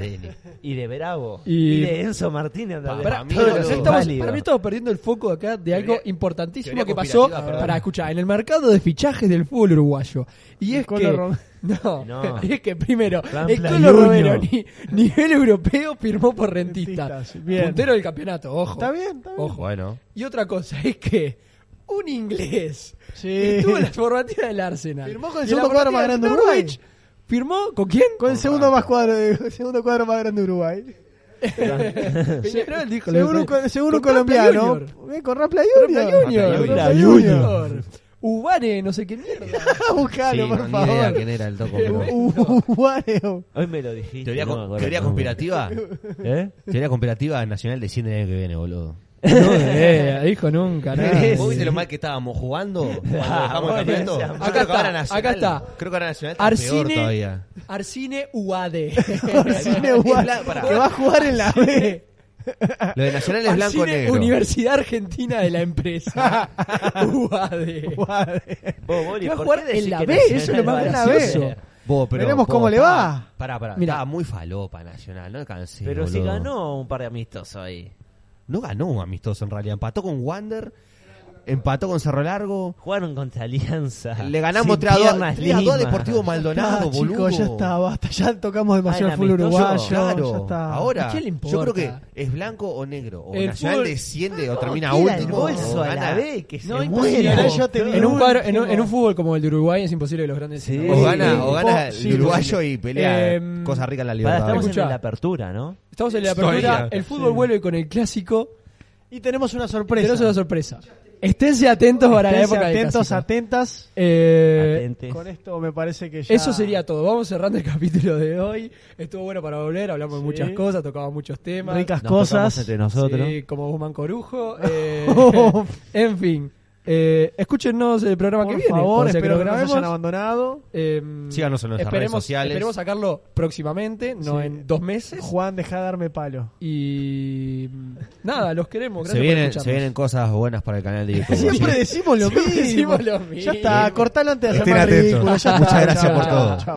[SPEAKER 4] Dene.
[SPEAKER 5] y de Bravo y,
[SPEAKER 2] Y-
[SPEAKER 5] de Enzo Martínez.
[SPEAKER 4] Pa-
[SPEAKER 5] Para,
[SPEAKER 2] Para,
[SPEAKER 4] Para mí,
[SPEAKER 2] todos
[SPEAKER 4] boludo,
[SPEAKER 2] los-
[SPEAKER 4] es
[SPEAKER 2] estamos-
[SPEAKER 5] válido.
[SPEAKER 2] para mí estamos perdiendo el foco acá de algo
[SPEAKER 4] Teoría-
[SPEAKER 2] importantísimo
[SPEAKER 4] teoría
[SPEAKER 2] que pasó
[SPEAKER 4] conspirativa, perdón.
[SPEAKER 2] para escuchar en el mercado de fichajes del fútbol uruguayo. Y es
[SPEAKER 3] Colo
[SPEAKER 2] que
[SPEAKER 3] Rom-
[SPEAKER 2] no,
[SPEAKER 5] No.
[SPEAKER 2] es que primero
[SPEAKER 5] Rampla
[SPEAKER 2] el Colo
[SPEAKER 5] Junior.
[SPEAKER 2] Romero ni- nivel europeo firmó por rentista,
[SPEAKER 3] Rentistas, bien.
[SPEAKER 2] puntero del campeonato, ojo.
[SPEAKER 3] Está bien, está bien.
[SPEAKER 2] Ojo.
[SPEAKER 4] Bueno.
[SPEAKER 2] Y otra cosa es que un inglés
[SPEAKER 3] Sí.
[SPEAKER 2] que estuvo en la formativa del Arsenal.
[SPEAKER 3] Eh. Firmó con el
[SPEAKER 2] y en
[SPEAKER 3] segundo
[SPEAKER 2] la
[SPEAKER 3] cuadro
[SPEAKER 2] formativa
[SPEAKER 3] más grande
[SPEAKER 2] del
[SPEAKER 3] de Uruguay.
[SPEAKER 2] Norwich, ¿Firmó? ¿Con quién? Ah.
[SPEAKER 3] Con el segundo más cuadro, de- segundo cuadro más grande de Uruguay.
[SPEAKER 2] Peñarol, dijo.
[SPEAKER 3] Seguro, un- seguro un
[SPEAKER 2] Con Rampla
[SPEAKER 3] colombiano.
[SPEAKER 2] Junior.
[SPEAKER 3] Eh, con Rampla
[SPEAKER 2] Rampla
[SPEAKER 3] Junior.
[SPEAKER 2] Junior.
[SPEAKER 4] Rampla
[SPEAKER 2] Rampla
[SPEAKER 3] Junior.
[SPEAKER 2] Junior. Ubare, no sé qué mierda.
[SPEAKER 3] Buscalo,
[SPEAKER 4] Sí, no,
[SPEAKER 3] por
[SPEAKER 4] ni idea
[SPEAKER 3] favor. Uh.
[SPEAKER 4] quién era el toco. pero-
[SPEAKER 3] Uruguayo.
[SPEAKER 5] Hoy me lo dijiste.
[SPEAKER 4] Teoría,
[SPEAKER 5] no
[SPEAKER 4] con-
[SPEAKER 5] me acuerdo
[SPEAKER 4] teoría
[SPEAKER 5] el nombre.
[SPEAKER 4] conspirativa.
[SPEAKER 5] ¿Eh?
[SPEAKER 4] teoría conspirativa nacional de 100 el año que viene, boludo.
[SPEAKER 2] No, eh, dijo nunca, nada.
[SPEAKER 5] Sí.
[SPEAKER 4] ¿Vos viste lo mal que estábamos jugando? Cuando
[SPEAKER 5] Ah,
[SPEAKER 4] dejamos
[SPEAKER 5] bueno,
[SPEAKER 4] el campeonato.
[SPEAKER 5] ese-
[SPEAKER 4] Yo creo
[SPEAKER 5] acá
[SPEAKER 4] que ahora
[SPEAKER 2] está,
[SPEAKER 4] Nacional-
[SPEAKER 2] acá está.
[SPEAKER 4] Creo que ahora Nacional está peor
[SPEAKER 2] Arcine,
[SPEAKER 4] todavía.
[SPEAKER 2] Arcine UAD.
[SPEAKER 3] Arcine Uruguay,
[SPEAKER 4] Pará.
[SPEAKER 3] Que va a jugar en la B.
[SPEAKER 4] Lo de Nacional es blanco
[SPEAKER 2] Arcine,
[SPEAKER 4] negro.
[SPEAKER 2] Universidad Argentina de la Empresa. UAD.
[SPEAKER 5] Vos,
[SPEAKER 2] Que
[SPEAKER 5] Boris,
[SPEAKER 2] va a
[SPEAKER 5] ¿por
[SPEAKER 2] jugar
[SPEAKER 5] qué decís
[SPEAKER 2] en la
[SPEAKER 5] que
[SPEAKER 2] B,
[SPEAKER 5] Nacional
[SPEAKER 2] eso es lo más
[SPEAKER 5] va a la
[SPEAKER 2] gracioso.
[SPEAKER 5] C?
[SPEAKER 4] Vos, pero,
[SPEAKER 3] Veremos
[SPEAKER 4] vos,
[SPEAKER 3] cómo le
[SPEAKER 4] estaba-
[SPEAKER 3] va.
[SPEAKER 4] Pará, pará.
[SPEAKER 2] Mirá.
[SPEAKER 4] Estaba muy falopa Nacional, no cansé.
[SPEAKER 5] Pero si
[SPEAKER 4] boludo.
[SPEAKER 5] ganó un par de amistosos ahí.
[SPEAKER 4] No ganó un amistoso en realidad. Empató con Wander, empató con Cerro Largo.
[SPEAKER 5] Jugaron contra Alianza.
[SPEAKER 4] Le ganamos
[SPEAKER 5] Sin
[SPEAKER 4] 3 a
[SPEAKER 5] piernas
[SPEAKER 4] 2 a
[SPEAKER 5] Lima.
[SPEAKER 4] Deportivo
[SPEAKER 3] Ah,
[SPEAKER 4] Maldonado, boludo.
[SPEAKER 3] chicos, ya está, basta. Ya tocamos demasiado
[SPEAKER 5] Ah,
[SPEAKER 3] el fútbol
[SPEAKER 5] amistoso,
[SPEAKER 3] uruguayo.
[SPEAKER 4] Claro,
[SPEAKER 3] ya está.
[SPEAKER 4] ahora
[SPEAKER 2] ¿A quién le
[SPEAKER 4] yo creo que
[SPEAKER 2] importa?
[SPEAKER 4] es blanco o negro. O
[SPEAKER 2] El
[SPEAKER 4] Nacional
[SPEAKER 2] fútbol-
[SPEAKER 4] desciende o termina
[SPEAKER 5] Tira el
[SPEAKER 4] último.
[SPEAKER 5] bolso
[SPEAKER 4] o
[SPEAKER 5] a la
[SPEAKER 4] gana-
[SPEAKER 5] B, que se
[SPEAKER 2] No,
[SPEAKER 5] muera.
[SPEAKER 2] imposible.
[SPEAKER 3] Yo te vi
[SPEAKER 2] en, un
[SPEAKER 3] último.
[SPEAKER 2] cuadro- en, un, en un fútbol como el de Uruguay es imposible que los grandes
[SPEAKER 5] Sí.
[SPEAKER 2] sean-
[SPEAKER 4] O gana, o gana el
[SPEAKER 2] Imposible.
[SPEAKER 4] uruguayo y pelea
[SPEAKER 2] Em,
[SPEAKER 4] Cosa Rica en la
[SPEAKER 5] Pará,
[SPEAKER 4] libertad.
[SPEAKER 5] estamos
[SPEAKER 2] Escuchá.
[SPEAKER 5] en la apertura, ¿no?
[SPEAKER 2] Estamos en la
[SPEAKER 4] Estoy
[SPEAKER 2] apertura.
[SPEAKER 4] acá,
[SPEAKER 2] El fútbol
[SPEAKER 3] sí.
[SPEAKER 2] vuelve con el clásico.
[SPEAKER 3] Y tenemos una sorpresa.
[SPEAKER 2] Pero es una sorpresa. Esténse atentos para la
[SPEAKER 3] Esténse
[SPEAKER 2] época del
[SPEAKER 3] atentos,
[SPEAKER 2] clásico.
[SPEAKER 3] atentas.
[SPEAKER 2] Eh,
[SPEAKER 5] Atentes.
[SPEAKER 3] Con esto me parece que ya...
[SPEAKER 2] Eso sería todo. Vamos cerrando el capítulo de hoy. Estuvo bueno para volver. Hablamos de
[SPEAKER 3] Sí.
[SPEAKER 2] muchas cosas, tocamos muchos temas.
[SPEAKER 3] Ricas
[SPEAKER 5] Nos tocamos
[SPEAKER 3] cosas.
[SPEAKER 5] entre nosotros.
[SPEAKER 2] Sí, como Guzmán Corujo. eh,
[SPEAKER 3] No.
[SPEAKER 2] en fin. Eh, escúchenos el programa
[SPEAKER 3] Por
[SPEAKER 2] que viene.
[SPEAKER 3] favor,
[SPEAKER 2] puede ser
[SPEAKER 3] espero que,
[SPEAKER 2] lo
[SPEAKER 3] no nos hayan
[SPEAKER 2] grabemos.
[SPEAKER 3] abandonado.
[SPEAKER 2] Eh,
[SPEAKER 4] Síganos en nuestras
[SPEAKER 2] esperemos-
[SPEAKER 4] redes sociales.
[SPEAKER 2] Esperemos sacarlo próximamente, no
[SPEAKER 3] Sí.
[SPEAKER 2] en dos meses.
[SPEAKER 3] Juan, deja de darme palo.
[SPEAKER 2] Y nada, los queremos. Gracias
[SPEAKER 4] se, vienen,
[SPEAKER 2] por escucharnos.
[SPEAKER 4] se vienen cosas buenas para el canal de YouTube.
[SPEAKER 3] Siempre decimos lo
[SPEAKER 2] Siempre
[SPEAKER 3] mismo.
[SPEAKER 2] decimos lo
[SPEAKER 3] Ya está,
[SPEAKER 2] mismo.
[SPEAKER 3] cortalo antes de hacer
[SPEAKER 4] Estén
[SPEAKER 3] más
[SPEAKER 4] atentos.
[SPEAKER 3] ridículo. Ya
[SPEAKER 4] Muchas
[SPEAKER 3] está,
[SPEAKER 4] gracias
[SPEAKER 3] chao,
[SPEAKER 4] por
[SPEAKER 3] chao,
[SPEAKER 4] todo.
[SPEAKER 3] chao.